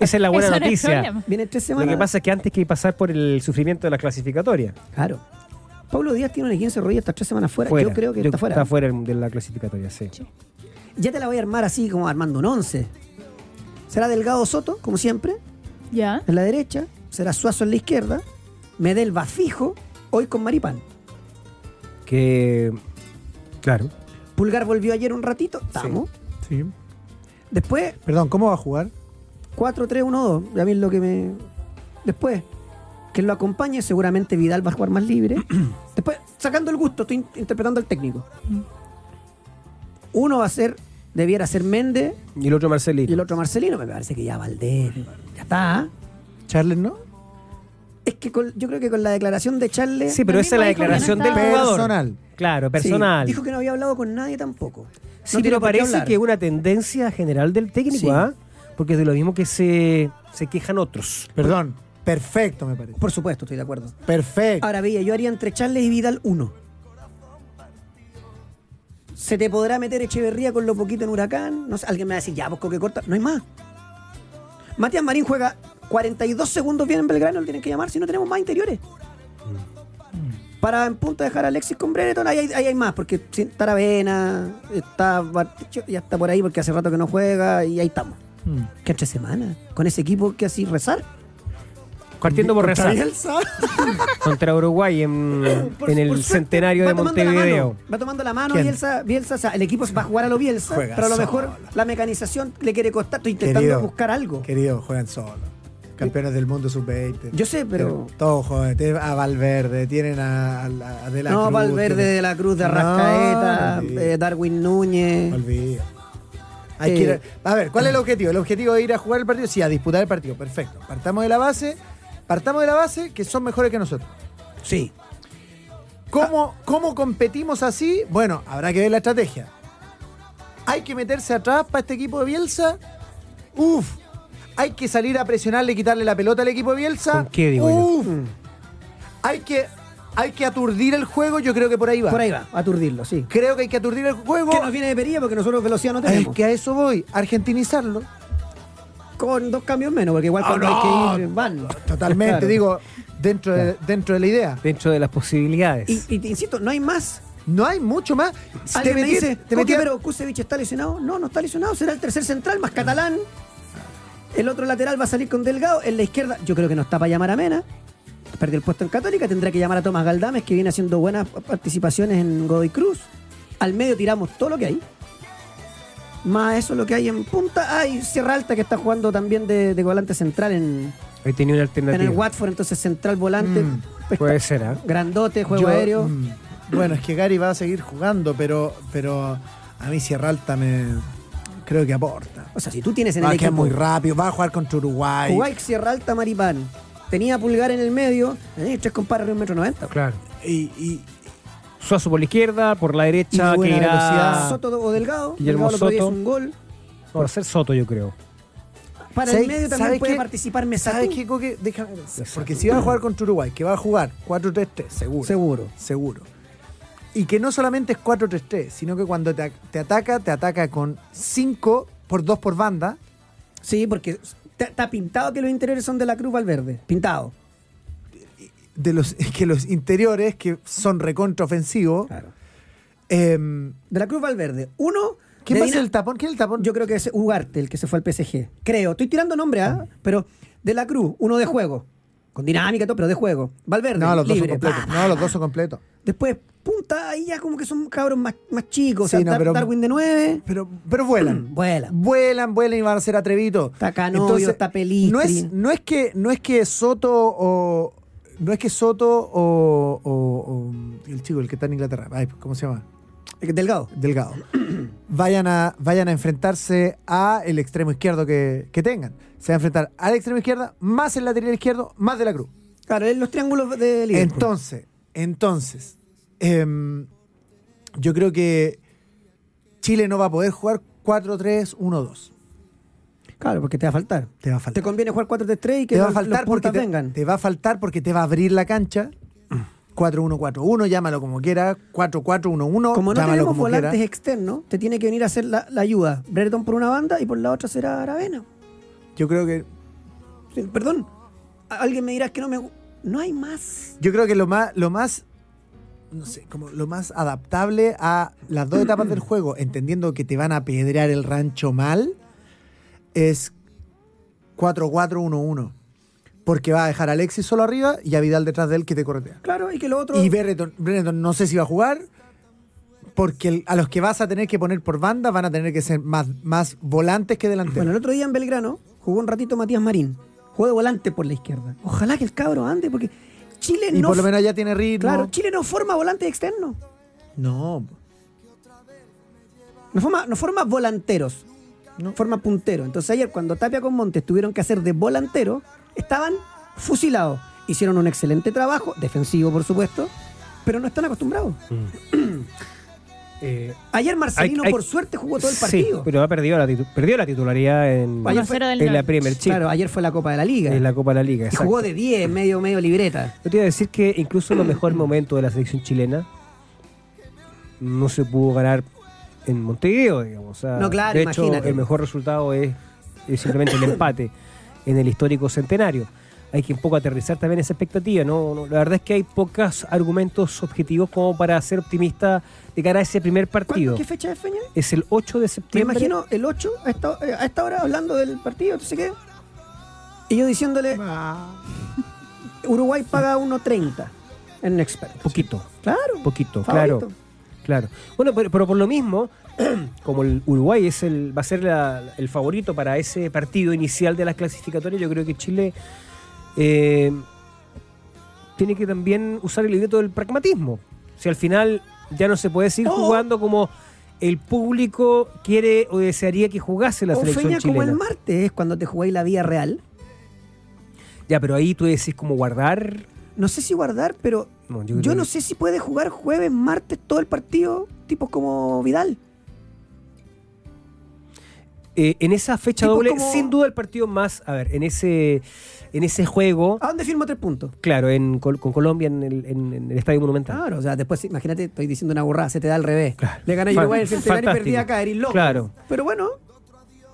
B: Esa es la buena
C: Eso no es
B: noticia.
C: problema.
D: Vienen tres
B: lo
D: semanas.
B: que pasa es que antes que pasar por el sufrimiento de la clasificatoria.
D: Claro. Pablo Díaz tiene un 15 rodillas estas tres semanas fuera.
B: fuera.
D: Yo creo que está fuera.
B: Está fuera de la clasificatoria, sí.
D: Ya te la voy a armar así como armando un 11. Será Delgado Soto, como siempre,
C: Ya.
D: en la derecha. será Suazo en la izquierda, Medel va fijo, hoy con Maripán.
B: Que. Claro.
D: Pulgar volvió ayer un ratito, estamos.
A: Sí.
D: Después,
A: Perdón, ¿cómo va a jugar?
D: 4-3-1-2. A mí es lo que me. Después, que lo acompañe, seguramente Vidal va a jugar más libre. Después, sacando el gusto, estoy in- interpretando al técnico. Uno va a ser, debiera ser Méndez
B: Y el otro
D: y
B: Marcelito.
D: el otro Marcelino. Me parece que ya Valdés, ya está.
A: Charles, ¿no?
D: Es que con- yo creo que con la declaración de Charles.
B: Sí, pero
C: Lo
B: esa es la
C: mismo dijo que no
B: declaración del
C: estaba-
B: jugador.
A: Personal.
B: Claro,
D: Sí,
B: personal.
D: dijo que no había hablado con nadie tampoco.
B: Sí,
D: No tiene
B: pero
D: por qué
B: parece
D: hablar.
B: que es una tendencia general del técnico,
D: Sí.
B: ¿ah? Porque es de lo mismo que se, se quejan otros.
A: Perdón. Perfecto, me parece.
D: Por supuesto, estoy de acuerdo.
A: Perfecto.
D: Ahora veía, yo haría entre Charles y Vidal uno. Se te podrá meter Echeverría con lo poquito en Huracán. No sé, alguien me va a decir, ya, pues que corta. No hay más. Matías Marín juega 42 segundos bien en Belgrano, lo tienen que llamar, si no tenemos más interiores.
B: Mm.
D: Para en punta dejar a Alexis con Brereton, ahí hay, ahí hay más, porque sin- Taravena, está Bartichotto, ya está por ahí porque hace rato que no juega y ahí estamos.
A: Mm.
D: Que entre semana, con ese equipo que así rezar.
B: Partiendo por
A: Contra
B: rezar
A: Bielsa.
B: contra Uruguay en,
D: Por-
B: en el
D: por suerte,
B: centenario de
D: va tomando la mano,
B: Montevideo.
D: va tomando la mano
A: ¿Quién?
D: Bielsa, Bielsa, o sea, el equipo va a jugar a lo Bielsa,
A: Juega
D: pero a lo
A: solo.
D: mejor la mecanización le quiere costar. Estoy intentando
A: Querido.
D: buscar algo.
A: Querido, juegan solo. Campeones del mundo sub-20.
D: Yo sé, pero.
A: Todos jóvenes. Tienen a Valverde, tienen a, a, la- a De La
D: no,
A: Cruz,
D: Valverde
A: tienen-
D: de la Cruz, de
A: No,
D: Arrascaeta,
A: sí.
D: eh, Darwin Núñez.
A: Olvida. Hay
D: Eh,
A: que ir a... a ver, ¿cuál es el objetivo? El objetivo es ir a jugar el partido, sí, a disputar el partido. Perfecto. Partamos de la base, partamos de la base que son mejores que nosotros.
D: Sí.
A: ¿Cómo, ¿Cómo competimos así? Bueno, habrá que ver la estrategia. Hay que meterse atrás para este equipo de Bielsa. Uf. Hay que salir a presionarle y quitarle la pelota al equipo de Bielsa.
B: ¿Con qué, digo yo?
A: Uf. Hay que, hay que aturdir el juego, yo creo que por ahí va.
D: Por ahí va, aturdirlo, sí.
A: Creo que hay que aturdir el juego.
D: Que nos viene de perilla porque nosotros velocidad no
A: Es
D: tenemos.
A: que a eso voy, argentinizarlo.
D: Con dos cambios menos, porque igual cuando hay que ir van.
A: Totalmente,
D: Claro.
A: digo, dentro de, dentro de la idea.
B: Dentro de las posibilidades.
D: Y, y te insisto, no hay más.
A: No hay mucho más. Si
D: Alguien me
A: metí-
D: dice,
A: te metí-
D: "Coque, pero Kusevich está lesionado. No, no está lesionado. Será el tercer central más catalán. El otro lateral va a salir con Delgado. En la izquierda, yo creo que no está para llamar a Mena. Perdió el puesto en Católica. Tendrá que llamar a Tomás Galdames, que viene haciendo buenas participaciones en Godoy Cruz. Al medio tiramos todo lo que hay. Más eso lo que hay en punta. Hay Sierra Alta que está jugando también de, de volante central en,
B: Hoy tenía una
D: en el
B: alternativa.
D: Watford. Entonces central volante.
A: Mm,
D: pues,
B: Puede
D: está
B: ser, ¿ah?
D: Grandote, juego
A: yo-
D: aéreo.
A: mm, bueno, es que Gary va a seguir jugando, pero, pero a mí Sierra Alta me creo que aporta.
D: O sea, si tú tienes en
A: Va
D: el
A: a
D: equipo...
A: quedar Ah, muy rápido, va a jugar contra Uruguay.
D: Kuwait, Sierra Alta, Maripán. Tenía pulgar en el medio. Eh, tres compadres de un metro noventa.
B: Claro.
A: Y, y-
B: Suazo por la izquierda, por la derecha,
A: Y buena
B: que irá.
A: velocidad.
D: Soto o Delgado.
B: Guillermo
D: Delgado el otro día
B: Soto.
D: hizo un gol.
B: No, va a ser Soto, yo creo.
D: Para
A: ¿Sabes-
D: el medio
A: sabes
D: también puede
A: qué?
D: participar Mesatú.
A: ¿sabes qué, Coque? Déjame pensar. Porque si va a jugar contra Uruguay, que va a jugar 4-3-3, seguro.
D: Seguro.
A: Seguro. Y que no solamente es 4-3-3, sino que cuando te, te ataca, te ataca con 5 por 2 por banda.
D: Sí, porque está- está pintado que los interiores son de la Cruz Valverde. Pintado.
A: de los que los interiores que son recontraofensivos.
D: Claro.
A: em,
D: De la Cruz Valverde. Uno.
A: ¿Quién
D: de
A: va a
D: Dina-
A: ser el tapón? ¿Quién es el tapón?
D: Yo creo que es Ugarte, el que se fue al PSG. Creo. Estoy tirando nombre, ¿ah? Pero de la Cruz, uno de juego. Con dinámica, y todo, pero de juego. Valverde.
A: no, los dos
D: libre,
A: son completos.
D: pa,
A: No, los dos son completos.
D: Después, punta, ahí ya como que son cabros más, más chicos.
A: Sí,
D: o sea,
A: no,
D: Dar-
A: pero-
D: Darwin de 9.
A: Pero, pero vuelan.
D: Vuela.
A: Vuelan, vuelan y van a ser atrevidos.
D: Está Canovio, está Pelistri.
A: No es, no es que, no es que Soto o. No es que Soto o, o- o El chico, el que está en Inglaterra. Ay, ¿Cómo se llama?
D: Eh, Delgado.
A: Delgado. Vayan a, vayan a enfrentarse a el extremo izquierdo que, que tengan. Se va a enfrentar al extremo izquierdo, más el lateral izquierdo, más de la cruz.
D: Claro, es los triángulos de Liverpool.
A: Entonces, entonces, em, yo creo que Chile no va a poder jugar 4-3-1-2.
D: claro, porque te va a faltar.
A: Te va a
D: Te
A: faltar.
D: conviene jugar 4-3-3 y que
A: Te va a
D: los-
A: faltar
D: los puntas
A: porque te,
D: vengan.
A: te va a faltar porque te va a abrir la cancha. 4-1-4-1, llámalo como quiera. 4-4-1-1,
D: como
A: llámalo
D: no tenemos
A: como
D: volantes
A: quiera.
D: externos, te tiene que venir a hacer la, la ayuda. Brereton por una banda y por la otra será Aravena.
A: Yo creo que
D: Sí, Perdón. A- Alguien me dirá que no me... gu- No hay más.
A: yo creo que lo más lo más no sé, como lo más adaptable a las dos etapas del juego, entendiendo que te van a pedrear el rancho mal, es 4-4-1-1. porque va a dejar a Alexis solo arriba y a Vidal detrás de él que te corretea.
D: Claro, y que lo otro.
A: Y Brereton, Brereton no sé si va a jugar, porque el- a los que vas a tener que poner por banda van a tener que ser más, más volantes que delanteros.
D: Bueno, el otro día en Belgrano jugó un ratito Matías Marín. Jugó de volante por la izquierda. Ojalá que el cabro ande, porque Chile
A: y
D: no.
A: por lo menos ya tiene ritmo.
D: Claro, Chile no forma volante externo.
A: No,
D: No forma, no forma volanteros. No forma puntero. Entonces ayer cuando Tapia con Montes tuvieron que hacer de volantero, estaban fusilados. Hicieron un excelente trabajo, defensivo por supuesto, pero no están acostumbrados.
B: Eh,
D: Ayer Marcelino
B: Hay- hay-
D: por suerte jugó todo el
B: sí,
D: partido.
B: pero ha perdido la, titu- perdió la titularidad en,
D: Ayer
C: 1-0 del
B: en la
C: norte.
B: Premier Chile,
D: Claro, ayer fue la Copa de la Liga.
B: en la Copa de la Liga.
D: y
B: exacto.
D: jugó de 10, medio, medio libreta.
B: Yo te iba a decir que incluso en los mejores momentos de la selección chilena no se pudo ganar en Montevideo, digamos. O sea,
D: No, claro,
B: de hecho,
D: imagínate.
B: el mejor resultado es, es simplemente el empate en el histórico centenario. Hay que un poco aterrizar también esa expectativa. ¿no? No, la verdad es que hay pocos argumentos objetivos como para ser optimista de cara a ese primer
D: ¿Cuándo?
B: partido.
D: ¿Qué fecha es, Feña?
B: Es el 8 de
D: Me
B: septiembre.
D: imagino el 8 a esta, eh, a esta hora hablando del partido, entonces qué. Y yo diciéndole,
B: Ah.
D: Uruguay paga 1.30 en Expert.
B: Poquito.
D: Claro.
B: Poquito,
D: Favorito.
B: claro. Claro. Bueno, pero, pero por lo mismo, como el Uruguay es el, va a ser la- el favorito para ese partido inicial de las clasificatorias, yo creo que Chile eh, tiene que también usar el libreto del pragmatismo. Si al final ya no se puede seguir
D: Oh.
B: jugando como el público quiere o desearía que jugase la
D: o
B: selección
D: feña como
B: chilena.
D: el martes, es cuando te jugáis la vía real.
B: Ya, pero ahí tú decís como guardar.
D: No sé si guardar, pero
B: No, yo
D: yo,
B: creo que-
D: no sé si puede jugar jueves, martes, todo el partido, tipos como Vidal.
B: Eh, en esa fecha
D: Tipo
B: doble,
D: como-
B: sin duda el partido más, a ver, en ese, en ese juego,
D: ¿A dónde firmo tres puntos?
B: claro, en, Col- con Colombia en el, en- en el Estadio Monumental.
D: Claro, o sea, después, imagínate, estoy diciendo una burrada, se te da al revés.
B: Claro.
D: Ah, Le gané a
B: Fan-
D: Uruguay en el centenario y
B: fantástico.
D: perdí acá, eres loco.
B: Claro.
D: Pero bueno,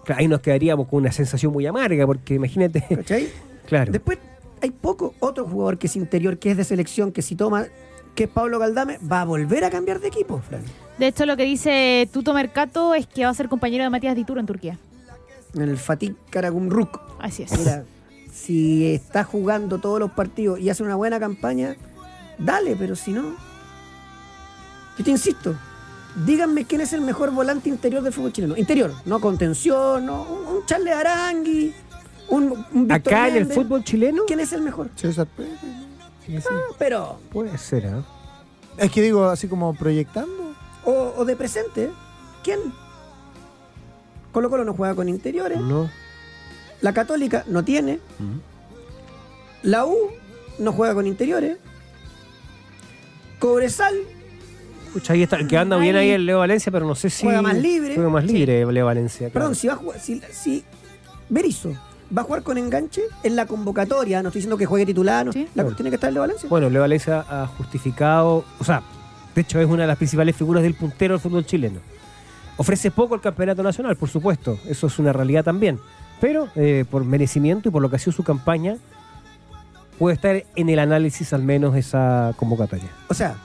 B: Claro, Ahí nos quedaríamos con una sensación muy amarga, porque imagínate,
D: ¿cachai?
B: claro,
D: Después hay poco otro jugador que es interior, que es de selección, que si toma, que es Pablo Galdame, va a volver a cambiar de equipo, Fran.
C: De hecho, lo que dice Tuto Mercato es que va a ser compañero de Matías Dituro en Turquía.
D: En el Fatih Karagumruk.
C: Así es.
D: Mira, si está jugando todos los partidos y hace una buena campaña, dale, pero si no. Yo te insisto, díganme quién es el mejor volante interior del fútbol chileno. Interior, no contención, no, un, un Charles Arangui, un, un Víctor
B: acá en el
D: Méndez.
B: fútbol chileno
D: ¿Quién es el mejor? Ah,
A: César Pérez.
D: Pero,
B: puede ser, ¿ah?
A: Es que digo, así como proyectando.
D: o, o de presente, ¿quién? Colo Colo no juega con interiores.
B: ¿no?
D: La Católica no tiene. La U no juega con interiores. Cobresal
B: Pucha, ahí está, que anda bien
C: Ahí.
B: ahí el Leo Valencia, pero no sé si...
D: Juega más libre.
B: Juega más libre Leo Valencia, claro.
D: Perdón, si va a jugar. Si, si Berizzo va a jugar con enganche en la convocatoria, no estoy diciendo que juegue titular, no,
C: Sí.
D: la cuestión es que está el de Valencia.
B: Bueno, Leo Valencia ha justificado, o sea, de hecho es una de las principales figuras del puntero del fútbol chileno. Ofrece poco el campeonato nacional, por supuesto, eso es una realidad también. Pero eh, por merecimiento y por lo que ha sido su campaña, puede estar en el análisis al menos esa convocatoria.
D: O sea,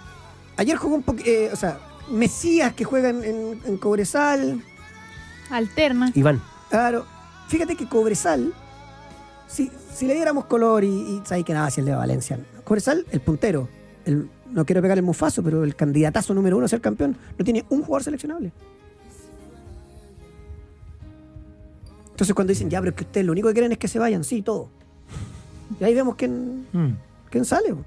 D: ayer jugó un poco. o sea, Mesías que juega en, en- en Cobresal.
C: Alterna.
B: Iván,
D: Claro. Fíjate que Cobresal, si, si le diéramos color y, y sabes que nada, si el de Valencia. Cobresal, el puntero. el- no quiero pegar el mufazo, pero el candidatazo número uno a ser campeón no tiene un jugador seleccionable. Entonces cuando dicen, ya, pero es que ustedes lo único que quieren es que se vayan, sí, todo. Y ahí vemos quién, quién sale. po.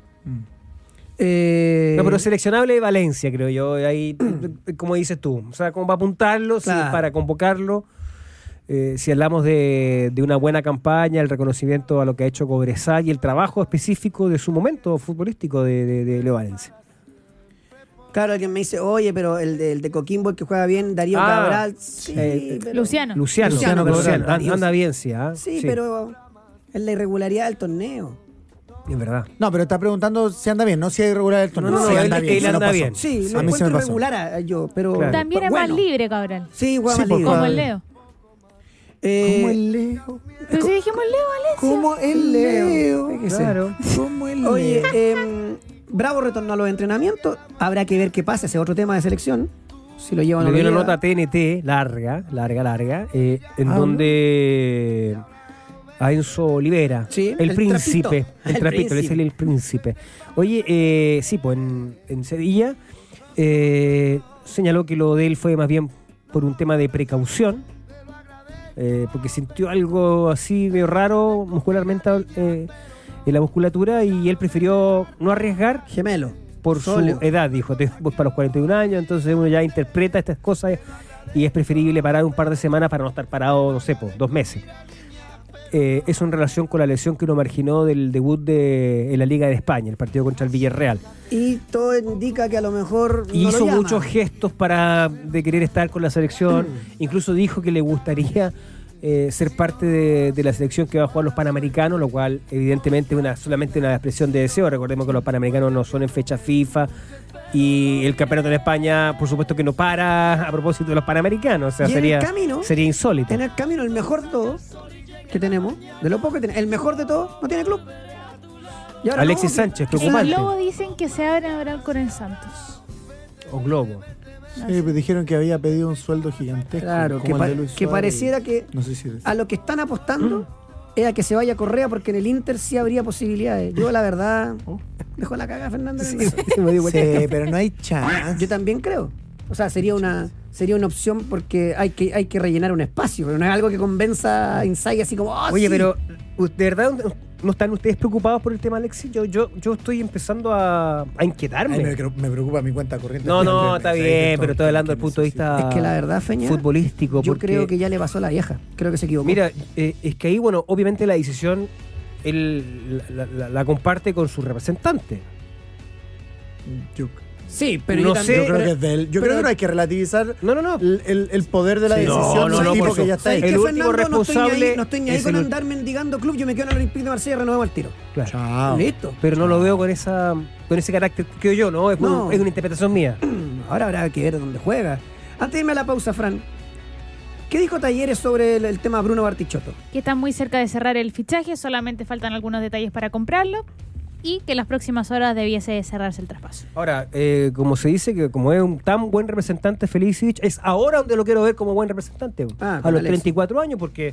D: Eh,
B: Mm. no, pero seleccionable de Valencia, creo yo, ahí, como dices tú, o sea, como para apuntarlo, sí,
D: Claro.
B: para convocarlo. Eh, si hablamos de, de una buena campaña, el reconocimiento a lo que ha hecho Cobresal y el trabajo específico de su momento futbolístico de, de- de Leo Valencia.
D: Claro, alguien me dice, oye, pero el de, el de Coquimbo, el que juega bien, Darío
B: Ah,
D: Cabral. Sí,
B: eh,
D: pero-
C: Luciano.
B: Luciano,
D: Luciano
B: Luciano,
D: Cabral.
B: an- anda bien, sí, ¿ah?
D: Sí, pero es la irregularidad del torneo.
B: Es verdad.
A: No, pero está preguntando si anda bien, no si hay regular el torneo.
B: No, no,
A: Sí,
B: no,
A: anda
B: él-
A: bien.
B: él
A: se lo
B: anda
A: pasó.
B: bien.
D: Sí,
A: A
D: lo
A: mí se
D: encuentro
A: me pasó.
D: irregular a- yo, pero...
B: Claro.
C: También es
D: bueno.
C: más libre, Cabral.
D: Sí, juega
A: Sí,
D: más
A: por
D: libre.
A: favor.
C: Como el Leo.
D: Eh,
A: Como el Leo.
C: Pero si dijimos Leo Valencia.
A: Como el Leo.
B: Claro.
A: Como el Leo.
D: Oye, em, Bravo retornó a los entrenamientos. Habrá que ver qué pasa. Ese es otro tema de selección. Si lo llevan o
B: Le
D: no
B: dio
D: lo
B: una nota
D: llevan.
B: a
D: Ah,
B: TNT larga, larga, larga, eh, en
A: Ah,
B: donde a Enzo Olivera.
D: Sí,
B: el,
D: el
B: príncipe.
D: trapito.
B: El
D: El
B: trapito, le
D: príncipe.
B: sale el príncipe. Oye, eh, sí, pues en, en Sevilla eh, señaló que lo de él fue más bien por un tema de precaución, eh, porque sintió algo así medio raro muscularmente eh, en la musculatura y él prefirió no arriesgar
D: Gemelo.
B: por
D: Sóleo.
B: su
A: e-
B: edad, dijo. Te- Voy para los 41 años, entonces uno ya interpreta estas cosas y es preferible parar un par de semanas para no estar parado, no sé, po, dos meses. Eh, eso en relación con la lesión que uno marginó del debut de, en la Liga de España, el partido contra el Villarreal.
D: Y todo indica que a lo mejor.
B: Y
D: no lo
B: hizo
D: llama.
B: muchos gestos para de querer estar con la selección.
D: Mm.
B: Incluso dijo que le gustaría eh, ser parte de, de la selección que va a jugar los Panamericanos, lo cual evidentemente es una, solamente una expresión de deseo. Recordemos que los Panamericanos no son en fecha FIFA y el campeonato en España, por supuesto que no para a propósito de los Panamericanos. O sea,
D: Y en el
B: sería,
D: camino-
B: sería insólito.
D: En el camino, el mejor de todos que tenemos, de lo poco que tenemos, el mejor de todos no tiene club. Y ahora
B: Alexis
D: no,
B: Sánchez,
C: En
B: preocupante.
C: Globo dicen que se abren ahora con el Santos.
B: O Globo.
C: Así.
A: Sí, pues dijeron que había pedido un sueldo gigantesco.
D: Claro,
A: como
D: que,
A: el
D: pa-
A: de Luis
D: que
A: Suárez.
D: pareciera que Ah,
A: No sé si.
D: a lo que están apostando es a que se vaya Correa porque en el Inter sí habría posibilidades. Yo, la verdad, dejó la caga Fernando. en el Inter.
A: Sí, pero no hay chance.
D: Yo también creo. O sea, sería una sería una opción porque hay que hay que rellenar un espacio, pero no es algo que convenza a Insight así como, "Ah,
B: Oye,
D: sí".
B: pero ¿de verdad no están ustedes preocupados por el tema, Alexis? Yo, yo, yo estoy empezando a, a inquietarme.
A: Ay, me, creo- me preocupa mi cuenta corriente.
B: No, no,
A: Ahí
B: está
A: de
B: bien,
A: todo
B: pero
A: el
B: estoy hablando desde el
A: que
B: punto de
A: necesito.
B: vista
D: es que la verdad, Feña,
B: ah, futbolístico.
D: yo
B: porque-
D: creo que ya le pasó a la vieja. Creo que se equivocó.
B: Mira, eh, es que ahí, bueno, obviamente la decisión él la, la- la- la comparte con su representante.
A: Yo,
D: sí, pero
B: no
D: yo también-
B: sé,
A: yo creo
D: pero-
A: que es de él. Yo
D: pero-
A: creo que no hay que relativizar
B: No, no, no.
A: el, el- el poder de la
B: Sí, no,
A: decisión
B: no,
A: del
B: no,
A: tipo
B: por
A: que ya
B: supuesto.
A: está
D: ¿Sabes
A: ahí.
B: el
D: qué,
B: último
D: Fernando? No estoy ni ahí-
B: responsable
D: no estoy ni ahí,
B: es
D: con
B: el ul-
D: andar mendigando club. Yo me quedo en el Olympique de Marsella y renovamos el tiro.
B: Claro.
A: Chao.
D: Listo.
B: Ah. Pero no lo veo con esa con ese carácter que yo, ¿no? Es,
D: No.
B: un- es una interpretación mía.
D: Ahora habrá que ver dónde juega. Antes de irme a la pausa, Fran. ¿Qué dijo Talleres sobre el, el tema Bruno Bartichotto?
C: Que están muy cerca de cerrar el fichaje, solamente faltan algunos detalles para comprarlo y que en las próximas horas debiese cerrarse el traspaso.
B: Ahora, eh, como se dice que como es un tan buen representante Felicich, es ahora donde lo quiero ver como buen representante.
D: Ah,
B: a
D: con
B: los
D: Alexis.
B: 34 años, porque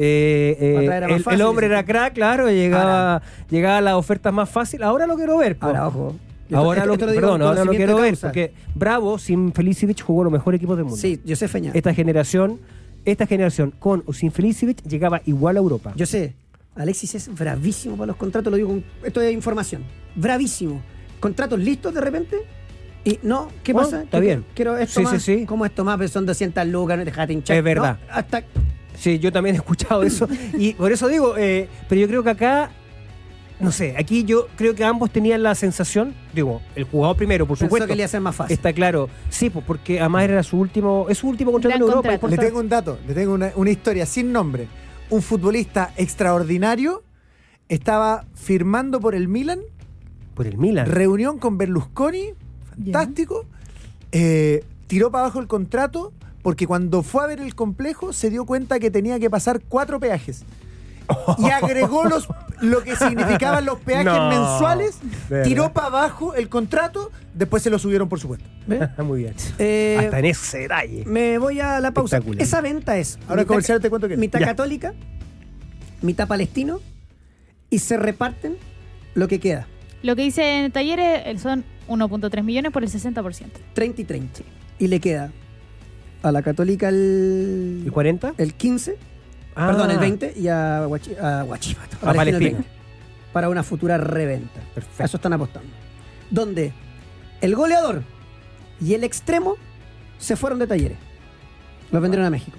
B: eh, eh,
D: Atrás era más
B: el,
D: fácil,
B: el hombre era
D: dices tú.
B: crack, claro, llegaba, llegaba a las ofertas más fácil. Ahora lo quiero ver. po.
D: Ahora, ojo.
B: Oh. Ahora
D: Esto-
B: lo,
D: esto digo
B: perdón,
D: con
B: ahora lo
D: conocimiento
B: quiero
D: de
B: ver,
D: causa.
B: porque Bravo sin Felicevich jugó los mejores equipos del mundo.
D: Sí, yo sé, Feña.
B: Esta generación, esta generación con o sin Felicevich llegaba igual a Europa.
D: Yo sé, Alexis es bravísimo para los contratos, lo digo con. Esto es información. Bravísimo. Contratos listos de repente. Y no, ¿qué
B: Bueno,
D: pasa?
B: Oh, está
D: Yo
B: bien.
D: Quiero esto
B: Sí,
D: más.
B: sí, sí.
D: ¿Cómo esto más? Pero son 200 lucas, no dejate hinchar.
B: Es verdad.
D: No, hasta.
B: Sí, yo también he escuchado eso. Y por eso digo, eh, pero yo creo que acá, no sé, aquí yo creo que ambos tenían la sensación, digo, el jugador primero, por
D: Pensó
B: supuesto.
D: que le iba a ser más fácil.
B: Está claro. Sí, pues, porque además era su último, es su último contrato en
C: Gran
B: Europa.
C: contrato.
A: Le
B: importante.
A: tengo un dato, le tengo una, una historia sin nombre. Un futbolista extraordinario estaba firmando por el Milan,
B: Por el Milan.
A: reunión con Berlusconi, fantástico. eh, tiró para abajo el contrato porque cuando fue a ver el complejo se dio cuenta que tenía que pasar cuatro peajes. Y agregó los, lo que significaban los peajes
B: No,
A: mensuales,
B: verdad.
A: tiró para abajo el contrato, después se lo subieron, por supuesto.
B: Muy bien.
D: Eh,
B: Hasta en ese detalle.
D: Me voy a la pausa.
B: Espectacular.
D: Esa venta es.
A: Ahora,
D: mitad-
A: comercial, te cuento que-
D: Mitad
B: Ya.
D: católica, mitad palestino. Y se reparten lo que queda.
C: Lo que dice en talleres eh, son 1.3 millones por el 60%.
D: 30 y 30. Y le queda a la católica el.
B: ¿El 40?
D: el 15,
B: Ah.
D: eh, perdón, el 20 y a, Guachi, a Guachipato,
B: A
D: Palestino
B: Palestino.
D: 20, para una futura reventa.
B: Perfecto.
D: A eso están apostando. Donde el goleador y el extremo se fueron de talleres. Los vendieron a México.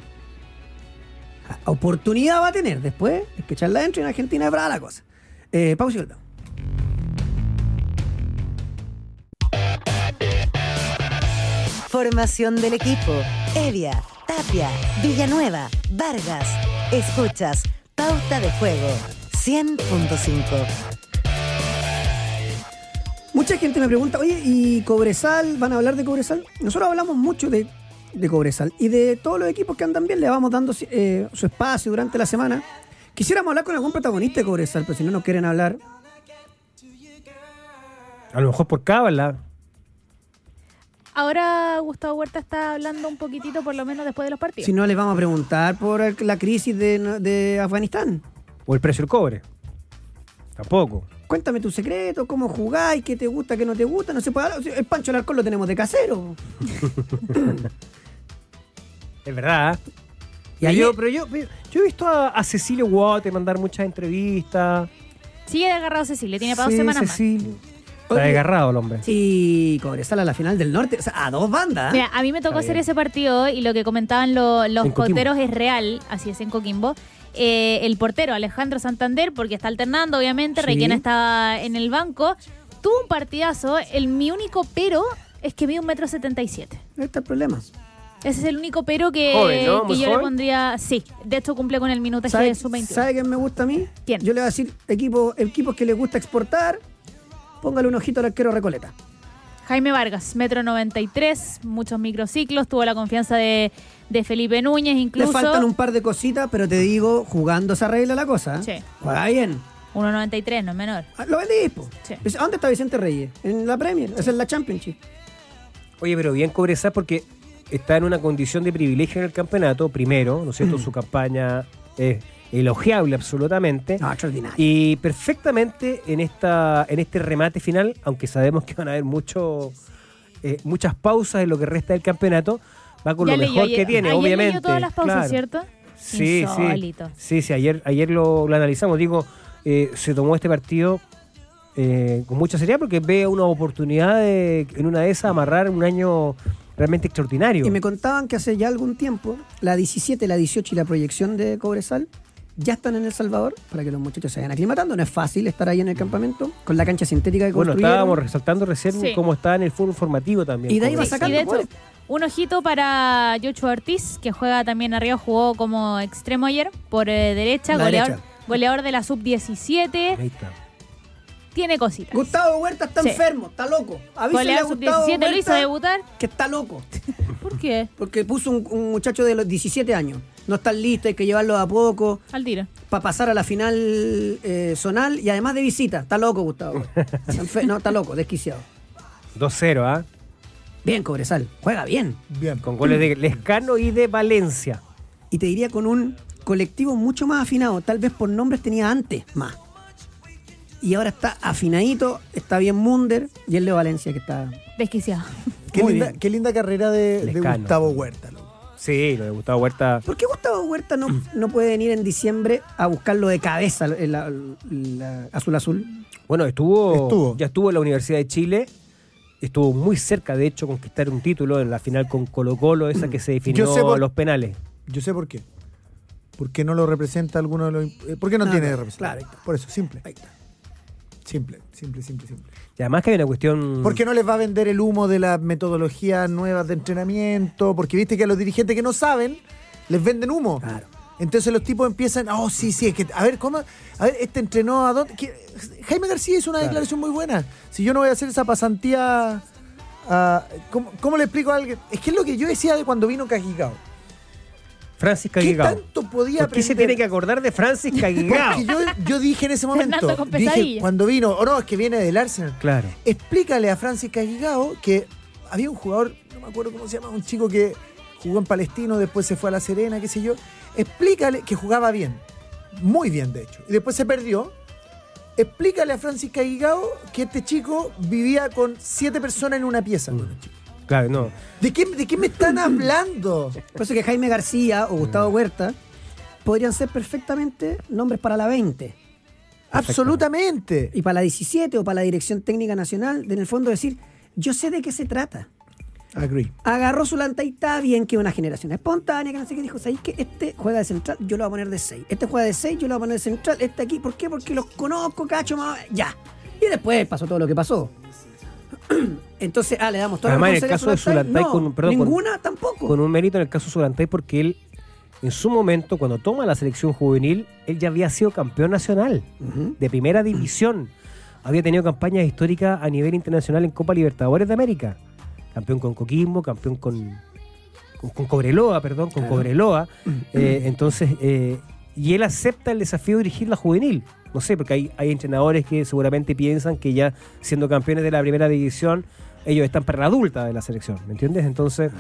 D: A- Oportunidad va a tener después. Es que echarla adentro y en Argentina es brava la cosa. Eh, pausa y volvemos.
E: Formación del equipo. Evia, Tapia, Villanueva, Vargas. Escuchas Pauta de Juego 100.5.
D: Mucha gente me pregunta, oye, ¿y Cobresal? ¿Van a hablar de Cobresal? Nosotros hablamos mucho de, de Cobresal y de todos los equipos que andan bien, le vamos dando eh, su espacio durante la semana. Quisiéramos hablar con algún protagonista de Cobresal, pero si no nos quieren hablar,
B: A lo mejor por cábala.
C: Ahora Gustavo Huerta está hablando un poquitito, por lo menos después de los partidos.
D: si no les vamos a preguntar por el- la crisis de, de Afganistán.
B: O el precio del cobre. Tampoco.
D: Cuéntame tus secretos, cómo jugáis, qué te gusta, qué no te gusta. No se puede hablar. El Pancho Alarcón lo tenemos de casero.
B: Es verdad.
D: Y
B: Y
D: ahí-
B: yo, pero yo, pero yo he visto a, a Cecilio Watt mandar muchas entrevistas.
C: Sigue agarrado Cecilia, tiene para
B: Sí,
C: dos semanas más.
B: Cecilio. Está
D: Oye.
B: desgarrado el hombre.
D: Sí, Cobresal a la final del norte. O sea, a dos bandas. ¿eh?
C: Mira, a mí me tocó
B: Ah, Está
C: hacer
B: bien.
C: ese partido y lo que comentaban lo- los
B: En Coquimbo.
C: porteros es real, así es en Coquimbo. Eh, el portero Alejandro Santander, porque está alternando, obviamente,
B: Sí.
C: Requena estaba en el banco, tuvo un partidazo. El, mi único pero es que mide un metro setenta y siete.
D: Ahí está Este el problema.
C: Ese es el único pero que,
B: Joven, ¿no? Muy
C: que yo le
B: joven.
C: pondría. Sí, de hecho cumple con el minutaje
D: ¿Sabe,
C: de sub 21.
D: sabe quién me gusta a mí?
C: ¿Quién?
D: Yo le voy a decir equipo, equipos que les gusta exportar. Póngale un ojito al arquero Recoleta.
C: Jaime Vargas, metro 93, muchos microciclos, tuvo la confianza de, de Felipe Núñez, incluso.
D: Le faltan un par de cositas, pero te digo, jugando se arregla la cosa.
C: Sí.
D: ¿eh? Juega bien.
C: 1.93, no es menor.
D: Ah, Lo vendís, po.
C: Sí.
D: Pues, ¿Dónde está Vicente Reyes? En la Premier, es en la Championship.
B: Oye, pero bien Cobresal porque está en una condición de privilegio en el campeonato, primero, ¿no es cierto? Su campaña es elogiable absolutamente.
D: No, extraordinario.
B: Y perfectamente en, esta, en este remate final, aunque sabemos que van a haber mucho, eh, muchas pausas en lo que resta del campeonato, va con
C: Ya
B: lo
C: leyó
B: mejor
C: ayer-
B: que tiene,
C: ayer leyó
B: obviamente.
C: todas las pausas,
B: claro.
C: ¿cierto?
B: Sí, sí.
C: Insólito.
B: Sí, sí, ayer, ayer lo, lo analizamos. Digo, eh, se tomó este partido eh, con mucha seriedad porque ve una oportunidad de, en una de esas, amarrar un año realmente extraordinario.
D: Y me contaban que hace ya algún tiempo, la 17, la 18 y la proyección de Cobresal ya están en El Salvador para que los muchachos se vayan aclimatando. No es fácil estar ahí en el campamento con la cancha sintética que
B: bueno,
D: construyeron.
B: estábamos resaltando recién
C: Sí.
B: cómo está en el fútbol formativo también.
D: Y de ahí va
B: Cobresal.
D: sacando
C: Y de hecho,
D: goles.
C: un ojito para Joshua Ortiz, que juega también arriba, jugó como extremo ayer por eh, derecha,
D: La
C: goleador,
D: derecha.
C: goleador de la sub-17,
B: Ahí está.
C: tiene cositas.
D: Gustavo Huerta está
C: Sí.
D: enfermo, está loco. Avísenle a
C: Goleador
D: Gustavo
C: sub-17 lo hizo
D: Huerta
C: debutar.
D: que está loco.
C: ¿Por qué?
D: Porque puso un, un muchacho de los 17 años. No están listos, hay que llevarlo a poco
C: Al tiro.
D: para pasar a la final eh, zonal y además de visita. Está loco, Gustavo. Está enfer- no, está loco, desquiciado.
B: 2-0, ¿ah?
D: Bien, Cobresal. Juega bien.
A: Bien.
B: Con goles de Lescano y de Valencia.
D: Y te diría con un colectivo mucho más afinado. Tal vez por nombres tenía antes más. Y ahora está afinadito, está bien Munder y el de Valencia que está...
C: Desquiciado.
A: Qué,
D: Muy
A: linda,
D: bien.
A: qué linda carrera de, de
B: Lescano.
A: Gustavo Huerta. loco.
B: Sí, lo de Gustavo Huerta.
D: ¿Por qué Gustavo Huerta no, no puede venir en diciembre a buscarlo de cabeza el, el- la- Azul Azul?
B: Bueno, estuvo,
A: Estuvo.
B: Ya estuvo en la Universidad de Chile. Estuvo muy cerca, de hecho, conquistar un título en la final con Colo Colo, esa que se definió
A: Yo sé por-
B: los penales.
A: Yo sé por qué. ¿Por qué no lo representa alguno de los... imp- eh, ¿Por qué no
D: Ah,
A: tiene
D: claro,
A: representante?
D: ahí está.
A: Por eso, simple.
D: Ahí está.
A: Simple, simple, simple, simple.
B: Y además que hay una cuestión.
A: Porque no les va a vender el humo de las metodologías nuevas de entrenamiento, porque viste que a los dirigentes que no saben les venden humo.
D: Claro.
A: Entonces los tipos empiezan, oh, sí, sí, es que, a ver, ¿cómo? A ver, este entrenó a dónde. que- Jaime García hizo una declaración muy buena. Si yo no voy a hacer esa pasantía, ah, ¿cómo, cómo le explico a alguien? Es que es lo que yo decía de cuando vino Cajicao.
B: Francis
A: ¿Qué
B: Caguigao.
A: tanto podía
B: ¿Por qué
A: aprender?
B: se tiene que acordar de Francis Caguigao?
A: Porque yo, yo dije en ese momento,
C: Fernando con
A: dije,
C: pesadilla.
A: cuando vino, o no, es que viene del Arsenal.
B: claro.
A: Explícale a Francis Cagigao que había un jugador, no me acuerdo cómo se llama, un chico que jugó en Palestino, después se fue a La Serena, qué sé yo. Explícale que jugaba bien, muy bien de hecho, y después se perdió. Explícale a Francis Cagigao que este chico vivía con siete personas en una pieza.
B: Claro, no.
A: ¿De qué, ¿De qué me están hablando?
D: Por eso que Jaime García o Gustavo Huerta podrían ser perfectamente nombres para la 20
A: Absolutamente.
D: y para la 17 o para la Dirección Técnica Nacional. de, En el fondo decir, yo sé de qué se trata.
A: Agree.
D: Agarró su lanta y está bien que una generación espontánea, que no sé qué dijo, ¿sabéis que este juega de central? Yo lo voy a poner de 6. Este juega de 6, yo lo voy a poner de central. Este aquí, ¿por qué? Porque los conozco, cacho, más ya. Y después pasó todo lo que pasó. Entonces, ah, le damos toda la
B: Además, en el
D: responsabilidad
B: caso de
D: a Zulantay.
B: Zulantay con- perdón, con-
D: ninguna tampoco.
B: Con un mérito en el caso de Surantay, porque él, en su momento, cuando toma la selección juvenil, él ya había sido campeón nacional.
D: Ujú.
B: de primera división. Había tenido campañas históricas a nivel internacional en Copa Libertadores de América. Campeón con Coquimbo, campeón con, con, con Cobreloa, perdón, con Cobreloa. Eh, entonces, eh, y él acepta el desafío de dirigir la juvenil. No sé, porque hay, hay entrenadores que seguramente piensan que ya siendo campeones de la primera división, ellos están para la adulta de la selección, ¿me entiendes? Entonces,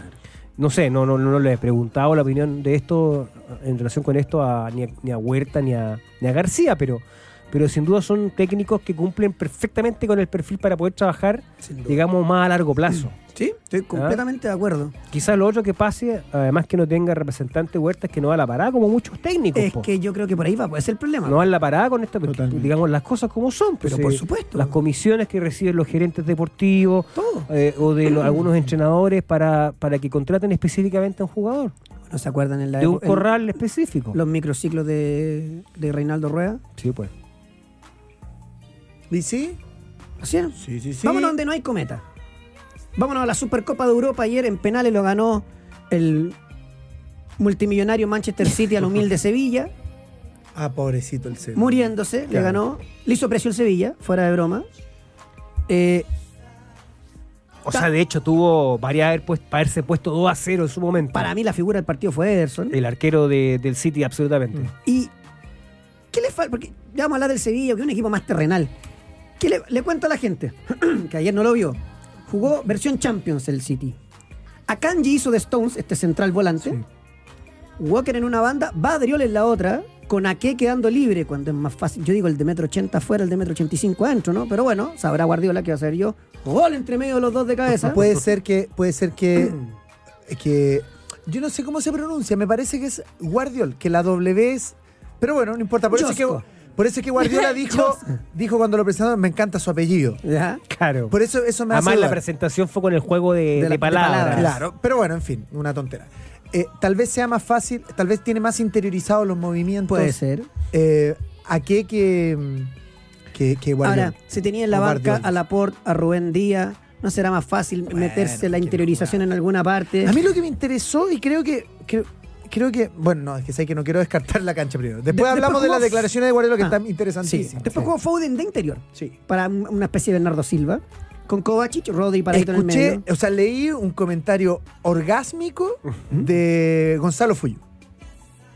B: No sé, no, no, no, no le he preguntado la opinión de esto en relación con esto a, ni, a, ni a Huerta ni a, ni a García, pero, pero sin duda son técnicos que cumplen perfectamente con el perfil para poder trabajar, digamos, más a largo plazo.
D: Sí, estoy
B: Ah.
D: completamente de acuerdo.
B: Quizás lo otro que pase, además que no tenga representante Huerta, es que no va a la parada como muchos técnicos.
D: Es
B: po.
D: que yo creo que por ahí va, puede ser el problema.
B: No van la parada con esta, porque,
A: Totalmente.
B: digamos, las cosas como son.
D: Pero
B: pues,
D: por
B: eh,
D: supuesto.
B: Las comisiones que reciben los gerentes deportivos
D: Todo.
B: eh, o de lo- algunos entrenadores para, para que contraten específicamente a un jugador.
D: ¿No se acuerdan en la
B: De un
D: época- en
B: corral específico.
D: los microciclos de, de Reinaldo Rueda?
B: Sí, pues.
A: ¿Y sí?
D: ¿Así era?
A: Sí, sí, sí.
D: Vámonos donde no hay cometa. Vámonos a la Supercopa de Europa. Ayer en penales lo ganó el multimillonario Manchester City al humilde Sevilla.
A: Ah, pobrecito el Sevilla.
D: Muriéndose, le
A: Claro.
D: ganó. Le hizo precio el Sevilla, fuera de broma. Eh,
B: O sea, de hecho tuvo varias haber pues, para haberse puesto 2 a 0 en su momento.
D: para mí la figura del partido fue Ederson.
B: El arquero de- del City, absolutamente.
D: ¿Y qué le falta? Porque ya vamos a hablar del Sevilla, que es un equipo más terrenal. ¿Qué le, le cuento a la gente? que ayer no lo vio. Jugó versión Champions el City. Akanji hizo de Stones, este central volante. Walker en una banda, Badriol en la otra, con Ake quedando libre cuando es más fácil. Yo digo el de metro 80 fuera, el de metro 85 adentro, ¿no? Pero bueno, sabrá Guardiola qué va a hacer yo. Gol entre medio de los dos de cabeza.
A: Puede ser que. Puede ser que. que yo no sé cómo se pronuncia, me parece que es Guardiol, que la W es. Pero bueno, no importa. Por, eso es que,
D: Josco.
A: por eso es que Guardiola dijo, dijo cuando lo presentaron, me encanta su apellido.
D: ¿Ya?
B: Claro.
A: Por eso eso me hace.
B: Además, la
A: dudar.
B: presentación fue con el juego de,
D: De
B: de
D: la- de
B: palabras.
D: palabras.
A: Claro, pero bueno, en fin, una tontera. Eh, tal vez sea más fácil, tal vez tiene más interiorizados los movimientos.
D: Puede ser.
A: Eh, ¿A qué que, que, que Guardiola?
D: Ahora, si tenía en la
A: O
D: banca
A: Guardiola.
D: a Laporte, a Rubén Díaz, ¿no será más fácil meterse la
A: qué
D: interiorización en alguna parte?
A: A mí lo que me interesó y creo que. Creo, creo que. Bueno, no, es que sé que no quiero descartar la cancha primero. Después
D: De-
A: hablamos
D: después
A: de las
D: jugó-
A: declaraciones de Guardiola que
D: Ah,
A: están
D: sí.
A: interesantísimas.
D: Después jugó Foden de interior,
A: Sí.
D: para un- una especie de Bernardo Silva, con Kovacic, Rodri para en el
A: Escuché,
D: medio.
A: o sea, leí un comentario orgásmico de Gonzalo Fuyu.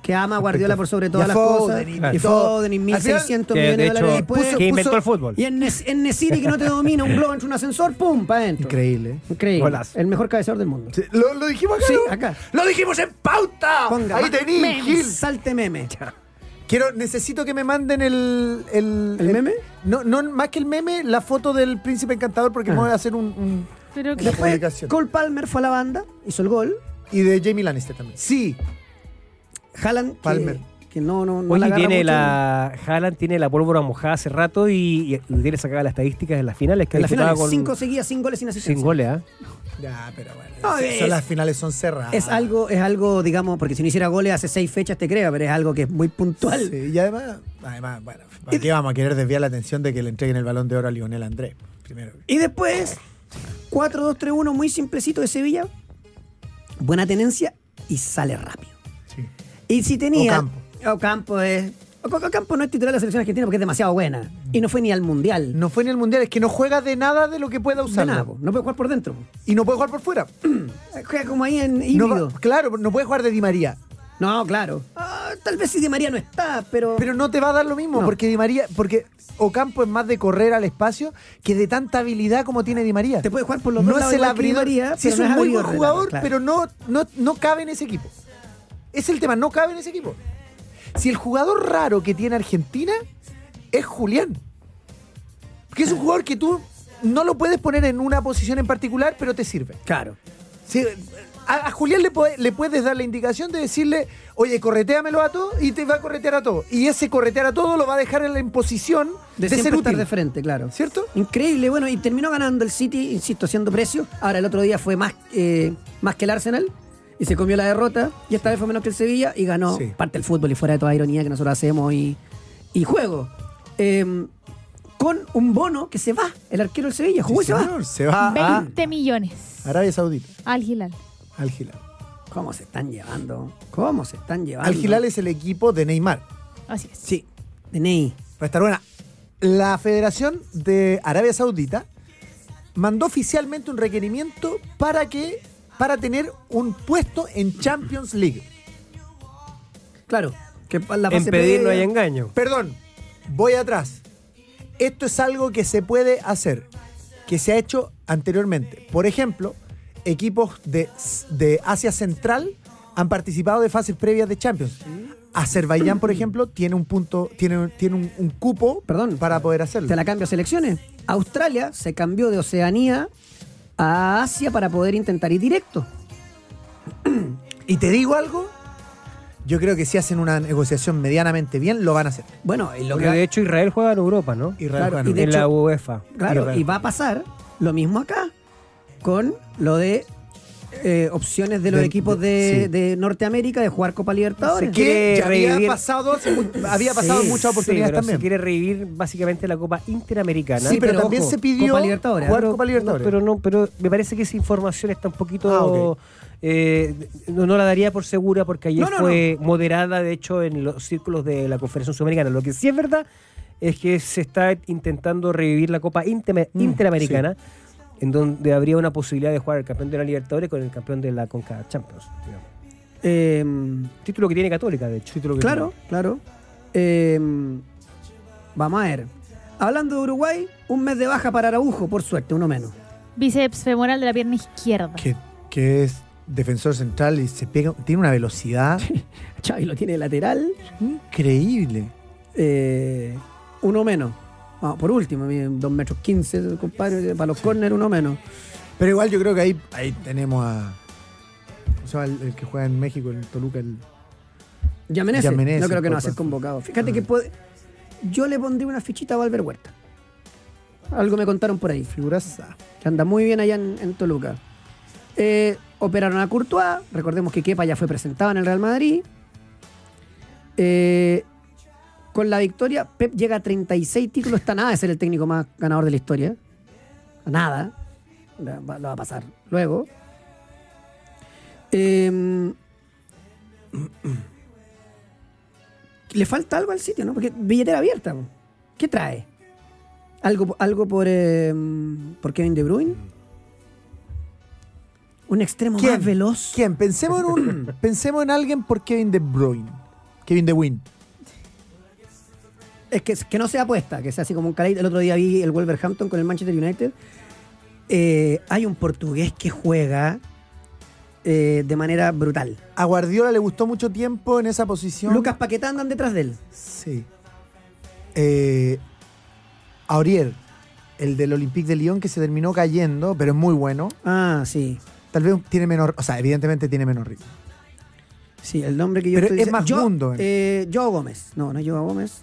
D: Que ama a Guardiola por sobre todas
A: Y a
D: las
A: Foden, y
D: cosas. Y
A: todo.
D: Foden, y
A: Al final,
D: 1600
B: que,
D: millones de
B: de
D: dólares
B: hecho,
D: después.
A: puso-
B: que inventó
A: puso-
B: el fútbol.
D: Y en, Nes- en Nesiri que no te domina, un globo entre un ascensor, ¡pum! para adentro.
A: Increíble. ¿eh?
D: Increíble.
B: Golazo.
D: El mejor cabeceador del mundo.
A: Sí, ¿Lo, lo dijimos acá.
D: Sí,
A: ¿no?
D: acá.
A: ¡Lo dijimos en pauta!
D: Ponga,
A: Ahí
D: ma-
A: tení, Gil.
D: Salte meme.
A: Quiero, necesito que me manden el. ¿El,
D: ¿El meme?
A: No, no, más que el meme, la foto del príncipe encantador, porque
D: Ah.
A: me voy a hacer un. un-
C: Pero que-
A: una
D: Después,
A: publicación.
D: Cole Palmer fue a la banda, hizo el gol.
A: Y de Jamie Lannister también.
D: Sí. Haaland. que-
A: Palmer.
D: Que, no, no, no
B: Oye,
D: agarra
B: tiene
D: mucho.
B: la. Haaland tiene la pólvora mojada hace rato y, y tiene sacada las estadísticas en las finales que ha
D: En la
B: disputado
D: final,
B: con
D: cinco seguidas, sin goles, sin asistencia.
B: sin goles, ¿ah?
A: Ya, pero bueno.
D: No,
A: son-
D: es-
A: son las finales son cerradas.
D: Es algo, es algo, digamos, porque si no hiciera goles hace seis fechas te creo, pero es algo que es muy puntual.
A: Sí, y además, además, bueno, ¿para qué vamos a querer desviar la atención de que le entreguen el balón de oro a Lionel Andrés? Primero.
D: Y después, 4-2-3-1, muy simplecito de Sevilla. Buena tenencia y sale rápido.
A: Sí.
D: Y si tenía.
A: Ocampo.
D: Ocampo es. Oc- Ocampo no es titular de la selección argentina porque es demasiado buena. Y no fue ni al mundial.
A: No fue en el mundial, es que no juega de nada de lo que pueda
D: De
A: usar.
D: nada, po. no puede jugar por dentro. po.
A: Y no puede jugar por fuera.
D: Juega como ahí en
A: No
D: híbrido.
A: va- claro, no puede jugar de Di María.
D: No, claro. Ah, tal vez si Di María no está, pero.
A: Pero no te va a dar lo mismo,
D: No.
A: porque Di María, porque Ocampo es más de correr al espacio que de tanta habilidad como tiene Di María.
D: te puede jugar por los
A: no
D: dos
A: es el
D: lados igual que Di
A: abridor.
D: María,
A: Sí,
D: pero
A: es
D: no
A: un muy buen
D: abridor,
A: jugador,
D: claro.
A: pero no, no, no cabe en ese equipo. Es el tema, no cabe en ese equipo. Si el jugador raro que tiene Argentina es Julián, que es un jugador que tú no lo puedes poner en una posición en particular, pero te sirve.
D: Claro.
A: Sí, a, a Julián le, puede- le puedes dar la indicación de decirle, oye, correteamelo a todo y te va a corretear a todo. Y ese corretear a todo lo va a dejar en la imposición
D: De,
A: de,
D: siempre
A: ser
D: estar
A: útil.
D: de frente, claro.
A: ¿Cierto?
D: Increíble, bueno, y terminó ganando el City, insisto, haciendo precio. Ahora el otro día fue más, eh, más que el Arsenal y se comió la derrota. Y esta vez fue menos que el Sevilla y ganó
A: Sí.
D: parte del fútbol y fuera de toda ironía que nosotros hacemos y, y juego. Eh, con un bono que se va, el arquero del Sevilla. Jugó y se va.
A: se va a
C: 20 millones
A: Arabia Saudita,
C: al Hilal.
A: al Gilal.
D: ¿Cómo se están llevando? ¿Cómo se están llevando?
A: Al Gilal es el equipo de Neymar.
C: Así es.
D: Sí, de Ney.
A: Va a estar buena. La Federación de Arabia Saudita mandó oficialmente un requerimiento para que para tener un puesto en Champions League.
D: Claro. Que pa- la
B: En
D: fase
B: pedir no hay
D: previa-
B: engaño.
A: Perdón, voy atrás. Esto es algo que se puede hacer, que se ha hecho anteriormente. Por ejemplo, equipos de, de Asia Central han participado de fases previas de Champions. Azerbaiyán, por ejemplo, tiene un punto, tiene, tiene un, un cupo
D: Perdón.
A: para poder hacerlo.
D: Te la cambio a selecciones. Australia se cambió de Oceanía a Asia para poder intentar ir directo.
A: Y te digo algo, yo creo que si hacen una negociación medianamente bien, lo van a hacer.
D: Bueno, y lo
B: Porque
D: que-
B: de hecho Israel juega en Europa, ¿no?
A: Israel
D: Claro,
A: juega en
D: y de
B: en
A: Europa.
B: la
D: hecho-
B: UEFA.
D: Claro,
A: Israel.
D: y va a pasar lo mismo acá con lo de eh, opciones de los
A: Del-
D: equipos
A: de-
D: de,
A: sí.
D: de Norteamérica de jugar Copa Libertadores.
B: Se
A: que
B: quiere
A: ya había
B: revivir-
A: pasado, hace mu- había pasado
B: Sí,
A: en muchas
B: sí,
A: oportunidades
B: pero
A: también.
B: Se quiere revivir básicamente la Copa Interamericana.
A: Sí, pero,
D: pero
A: también
D: ojo,
A: se pidió
D: Copa Libertadores,
A: jugar
D: ¿no?
A: Copa Libertadores.
B: No, pero no, pero me parece que esa información está un poquito.
A: Ah, ok.
B: eh, no, no la daría por segura porque ayer
A: No, no,
B: fue moderada, de hecho, en los círculos de la Confederación Sudamericana. Lo que sí es verdad es que se está intentando revivir la Copa Inteme-
A: Mm,
B: Interamericana, en donde habría una posibilidad de jugar el campeón de la Libertadores con el campeón de la Conca Champions. digamos.
D: Eh,
B: Título que tiene Católica, de hecho. Título que
D: claro, claro. Eh, vamos a ver. Hablando de Uruguay, un mes de baja para Araujo, por suerte, uno menos.
C: Bíceps femoral de la pierna izquierda.
A: que, que es defensor central y se pega, tiene una velocidad
D: Chavi lo tiene de lateral.
A: increíble.
D: Eh, uno menos. Ah, por último, mide dos metros 15, compadre, para los corners, uno menos.
A: Pero igual yo creo que ahí, ahí tenemos a. ¿Cómo se llama el, el que juega en México, el Toluca? El,
D: Yamenese.
A: Giamenez,
D: No creo que no va a ser
A: por
D: convocado. Fíjate
A: Ah.
D: que puede. Yo le pondría una fichita a Valver Huerta. Algo me contaron por ahí.
A: figuraza.
D: Que anda muy bien allá en, en Toluca. Eh, operaron a Courtois. Recordemos que Kepa ya fue presentado en el Real Madrid. Eh, con la victoria, Pep llega a 36 títulos. Está nada de ser el técnico más ganador de la historia. A Nada. La- va- Lo va a pasar luego. Eh, le falta algo al sitio, ¿no? Porque billetera abierta. po. ¿Qué trae? ¿Algo, algo por, eh, por Kevin De Bruyne? ¿Un extremo
A: ¿Quién?
D: más veloz?
A: ¿Quién? Pensemos en, un, pensemos en alguien por Kevin De Bruyne. Kevin De Bruyne.
D: Es que, que no sea apuesta, que sea así como un caray. El otro día vi el Wolverhampton con el Manchester United. Eh, hay un portugués que juega eh, de manera brutal.
A: A Guardiola le gustó mucho tiempo en esa posición.
D: Lucas Paquetá andan detrás de él.
A: Sí. Eh, Aurier, el del Olympique de Lyon que se terminó cayendo, pero es muy bueno.
D: Ah, sí.
A: Tal vez tiene menor, o sea, evidentemente tiene menor ritmo.
D: Sí, el nombre que yo
A: Pero
D: estoy
A: es
D: diciendo-
A: más
D: Yo-
A: mundo, ¿eh?
D: eh, Joao Gómez. No, no es Joao Gómez.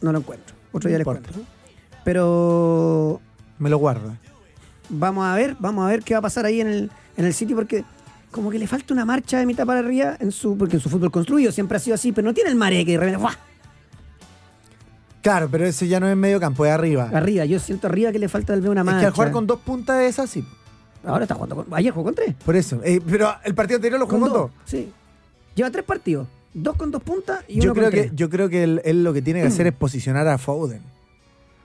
D: No lo encuentro. Otro día
A: No
D: lo
A: importa.
D: encuentro. Pero
A: Me lo guarda.
D: vamos a ver, vamos a ver qué va a pasar ahí en el, en el City porque como que le falta una marcha de mitad para arriba en su porque en su fútbol construido siempre ha sido así, pero no tiene el mare que de repente, ¡guau!
A: Claro, pero ese ya no es medio campo, es arriba.
D: Arriba, yo siento arriba que le falta tal vez una
A: es
D: marcha.
A: que al jugar con dos puntas es así.
D: Ahora está jugando con... Ayer jugó con tres.
A: Por eso. Eh, pero el partido anterior lo jugó con dos.
D: Sí. Lleva tres partidos. Dos con dos puntas y
A: Yo
D: uno Mm. con
A: creo, que,
D: tres.
A: yo creo que él, él lo que tiene que hacer es posicionar a Foden.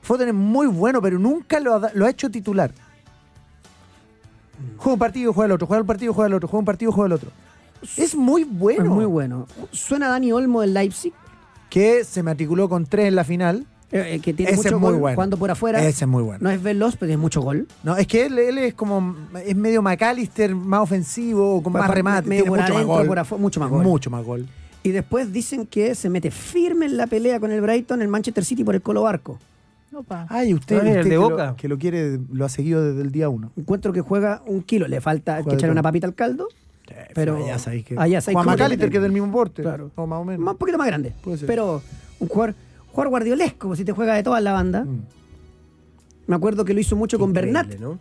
A: Foden es muy bueno, pero nunca lo ha, da- lo ha hecho titular.
D: Mm.
A: Juega un partido, juega el otro, juega un partido, juega el otro, juega un partido, juega el otro. Es muy bueno.
D: Es muy bueno. Suena Dani Olmo del Leipzig,
A: Que se matriculó con tres en la final.
D: eh, eh, que tiene
A: Ese
D: mucho
A: es muy
D: gol
A: bueno.
D: jugando por afuera.
A: Ese es muy bueno.
D: No es veloz, pero tiene mucho gol.
A: No, es que él, él es como. Es medio McAllister, más ofensivo, con más
D: Pa- pa-
A: remate.
D: medio
A: tiene
D: por
A: mucho,
D: adentro,
A: más gol,
D: por afu- mucho más gol.
A: Mucho más gol.
D: Y después dicen que se mete firme en la pelea con el Brighton, el Manchester City por el Colo Barco.
C: Opa.
A: Ay, usted,
B: Ah, el
A: usted
B: de
A: que,
B: Boca.
A: Lo, que lo quiere, lo ha seguido desde el día uno.
D: Encuentro que juega un kilo. Le falta que
A: Juega de
D: echarle una
A: todo.
D: papita al caldo. Pero
A: ya sabéis que.
D: allá sabéis
A: Juan
D: cómo
A: McAllister,
D: tiene.
A: que es del mismo porte.
D: Claro.
A: O más o menos.
D: Más, un poquito más grande.
A: Puede ser.
D: Pero un jugador, jugador guardiolesco, si te juega de toda la banda.
A: Mm.
D: Me acuerdo que lo hizo mucho con
B: Increíble,
D: Bernat.
B: ¿no?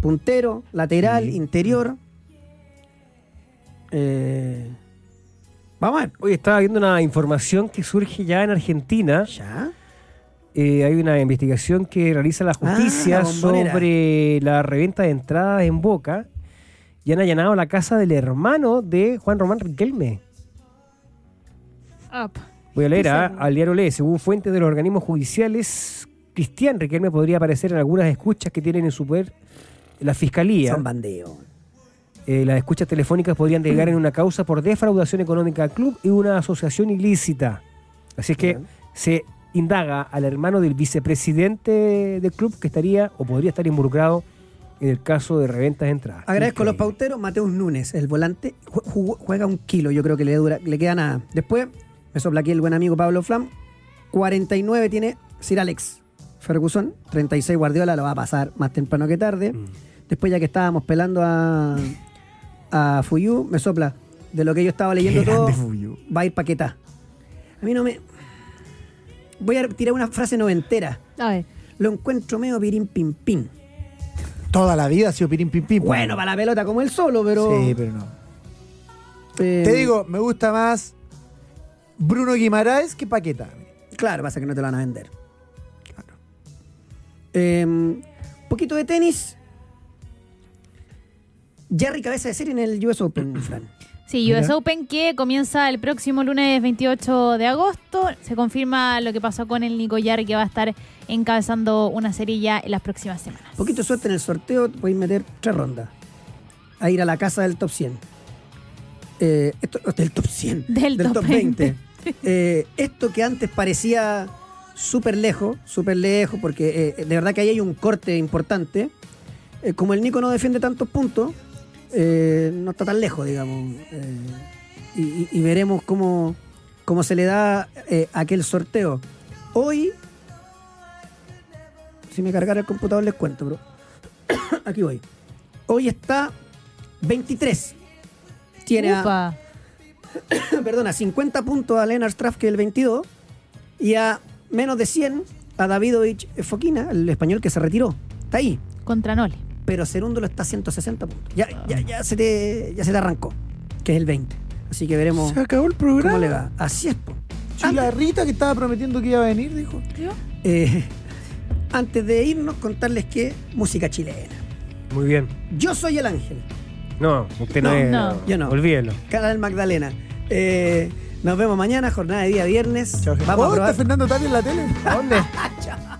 D: Puntero, lateral, interior. Eh, vamos a ver.
B: Hoy estaba viendo una información que surge ya en Argentina.
D: Ya.
B: Eh, hay una investigación que realiza la justicia
D: Ah, la bombonera.
B: sobre la reventa de entradas en Boca y han allanado la casa del hermano de Juan Román Riquelme.
C: Up.
B: Voy a leer
C: Dice-
B: ah, al diario Lee. Según fuentes de los organismos judiciales, Cristian Riquelme podría aparecer en algunas escuchas que tienen en su poder la fiscalía.
D: Son bandeo.
B: Eh, las escuchas telefónicas podrían delegar en una causa por defraudación económica al club y una asociación ilícita. Así es que se indaga al hermano del vicepresidente del club que estaría o podría estar involucrado en el caso de reventas de entradas.
D: Agradezco a los
B: Increíble.
D: pauteros. Mateus Núñez, el volante, ju- jugó- juega un kilo. Yo creo que le dura, le queda nada. Después, me sopla aquí el buen amigo Pablo Flam. 49 tiene Sir Alex Ferguson. 36 Guardiola, lo va a pasar más temprano que tarde.
A: Mm.
D: Después, ya que estábamos pelando a, a Fuyu, me sopla. De lo que yo estaba leyendo
A: Qué
D: todo,
A: grande Fuyu.
D: va a ir Paquetá. A mí no me. Voy a tirar una frase noventera.
C: A ver.
D: Lo encuentro medio pirín pim pim.
A: Toda la vida ha sido pirín pim pim.
D: Bueno, para la pelota como él solo, pero.
A: Sí, pero no.
D: eh,
A: Te digo, me gusta más Bruno Guimaraes que Paqueta.
D: Claro, pasa que no te lo van a vender. Em, poquito de tenis. Jerry cabeza de serie en el US Open, Fran.
C: Sí, US Open que comienza el próximo lunes 28 de agosto. Se confirma lo que pasó con el Nico Yarri que va a estar encabezando una serie ya en las próximas semanas.
D: Poquito de suerte en el sorteo, podéis meter tres rondas. A ir a la casa del top 100. Eh, esto, del top 100.
C: Del top
D: 20. Eh, esto que antes parecía súper lejos, súper lejos, porque eh, de verdad que ahí hay un corte importante. Eh, como el Nico no defiende tantos puntos, eh, no está tan lejos, digamos. Eh, y, y- y veremos cómo, cómo se le da eh, aquel sorteo. Hoy, si me cargara el computador les cuento, pero aquí voy. Hoy está 23. Tiene a,
C: Upa.
D: perdón, a 50 puntos a Lennart Straff, que es el 22, y a menos de 100 a Davidovich Foquina, el español que se retiró. Está ahí,
C: Contra Nole.
D: pero Cerúndolo está a 160 puntos. Ya, ya, ya, se te, ya se te arrancó, que es el 20. Así que veremos
A: acabó el
D: cómo le
A: programa.
D: va. Así es, po.
A: Y la Rita que estaba prometiendo que iba a venir, dijo.
D: Eh, antes de irnos, contarles que música chilena.
B: Muy bien.
D: Yo soy el ángel.
B: No, usted no,
D: No,
B: es.
C: no.
D: Yo no.
B: Olvídelo.
D: Canal Magdalena. Eh, nos vemos mañana, jornada de día viernes.
A: Chao, gente.
D: Vamos a
A: Oh, está
D: probar.
A: Fernando Tapia en la tele?
B: ¿A dónde?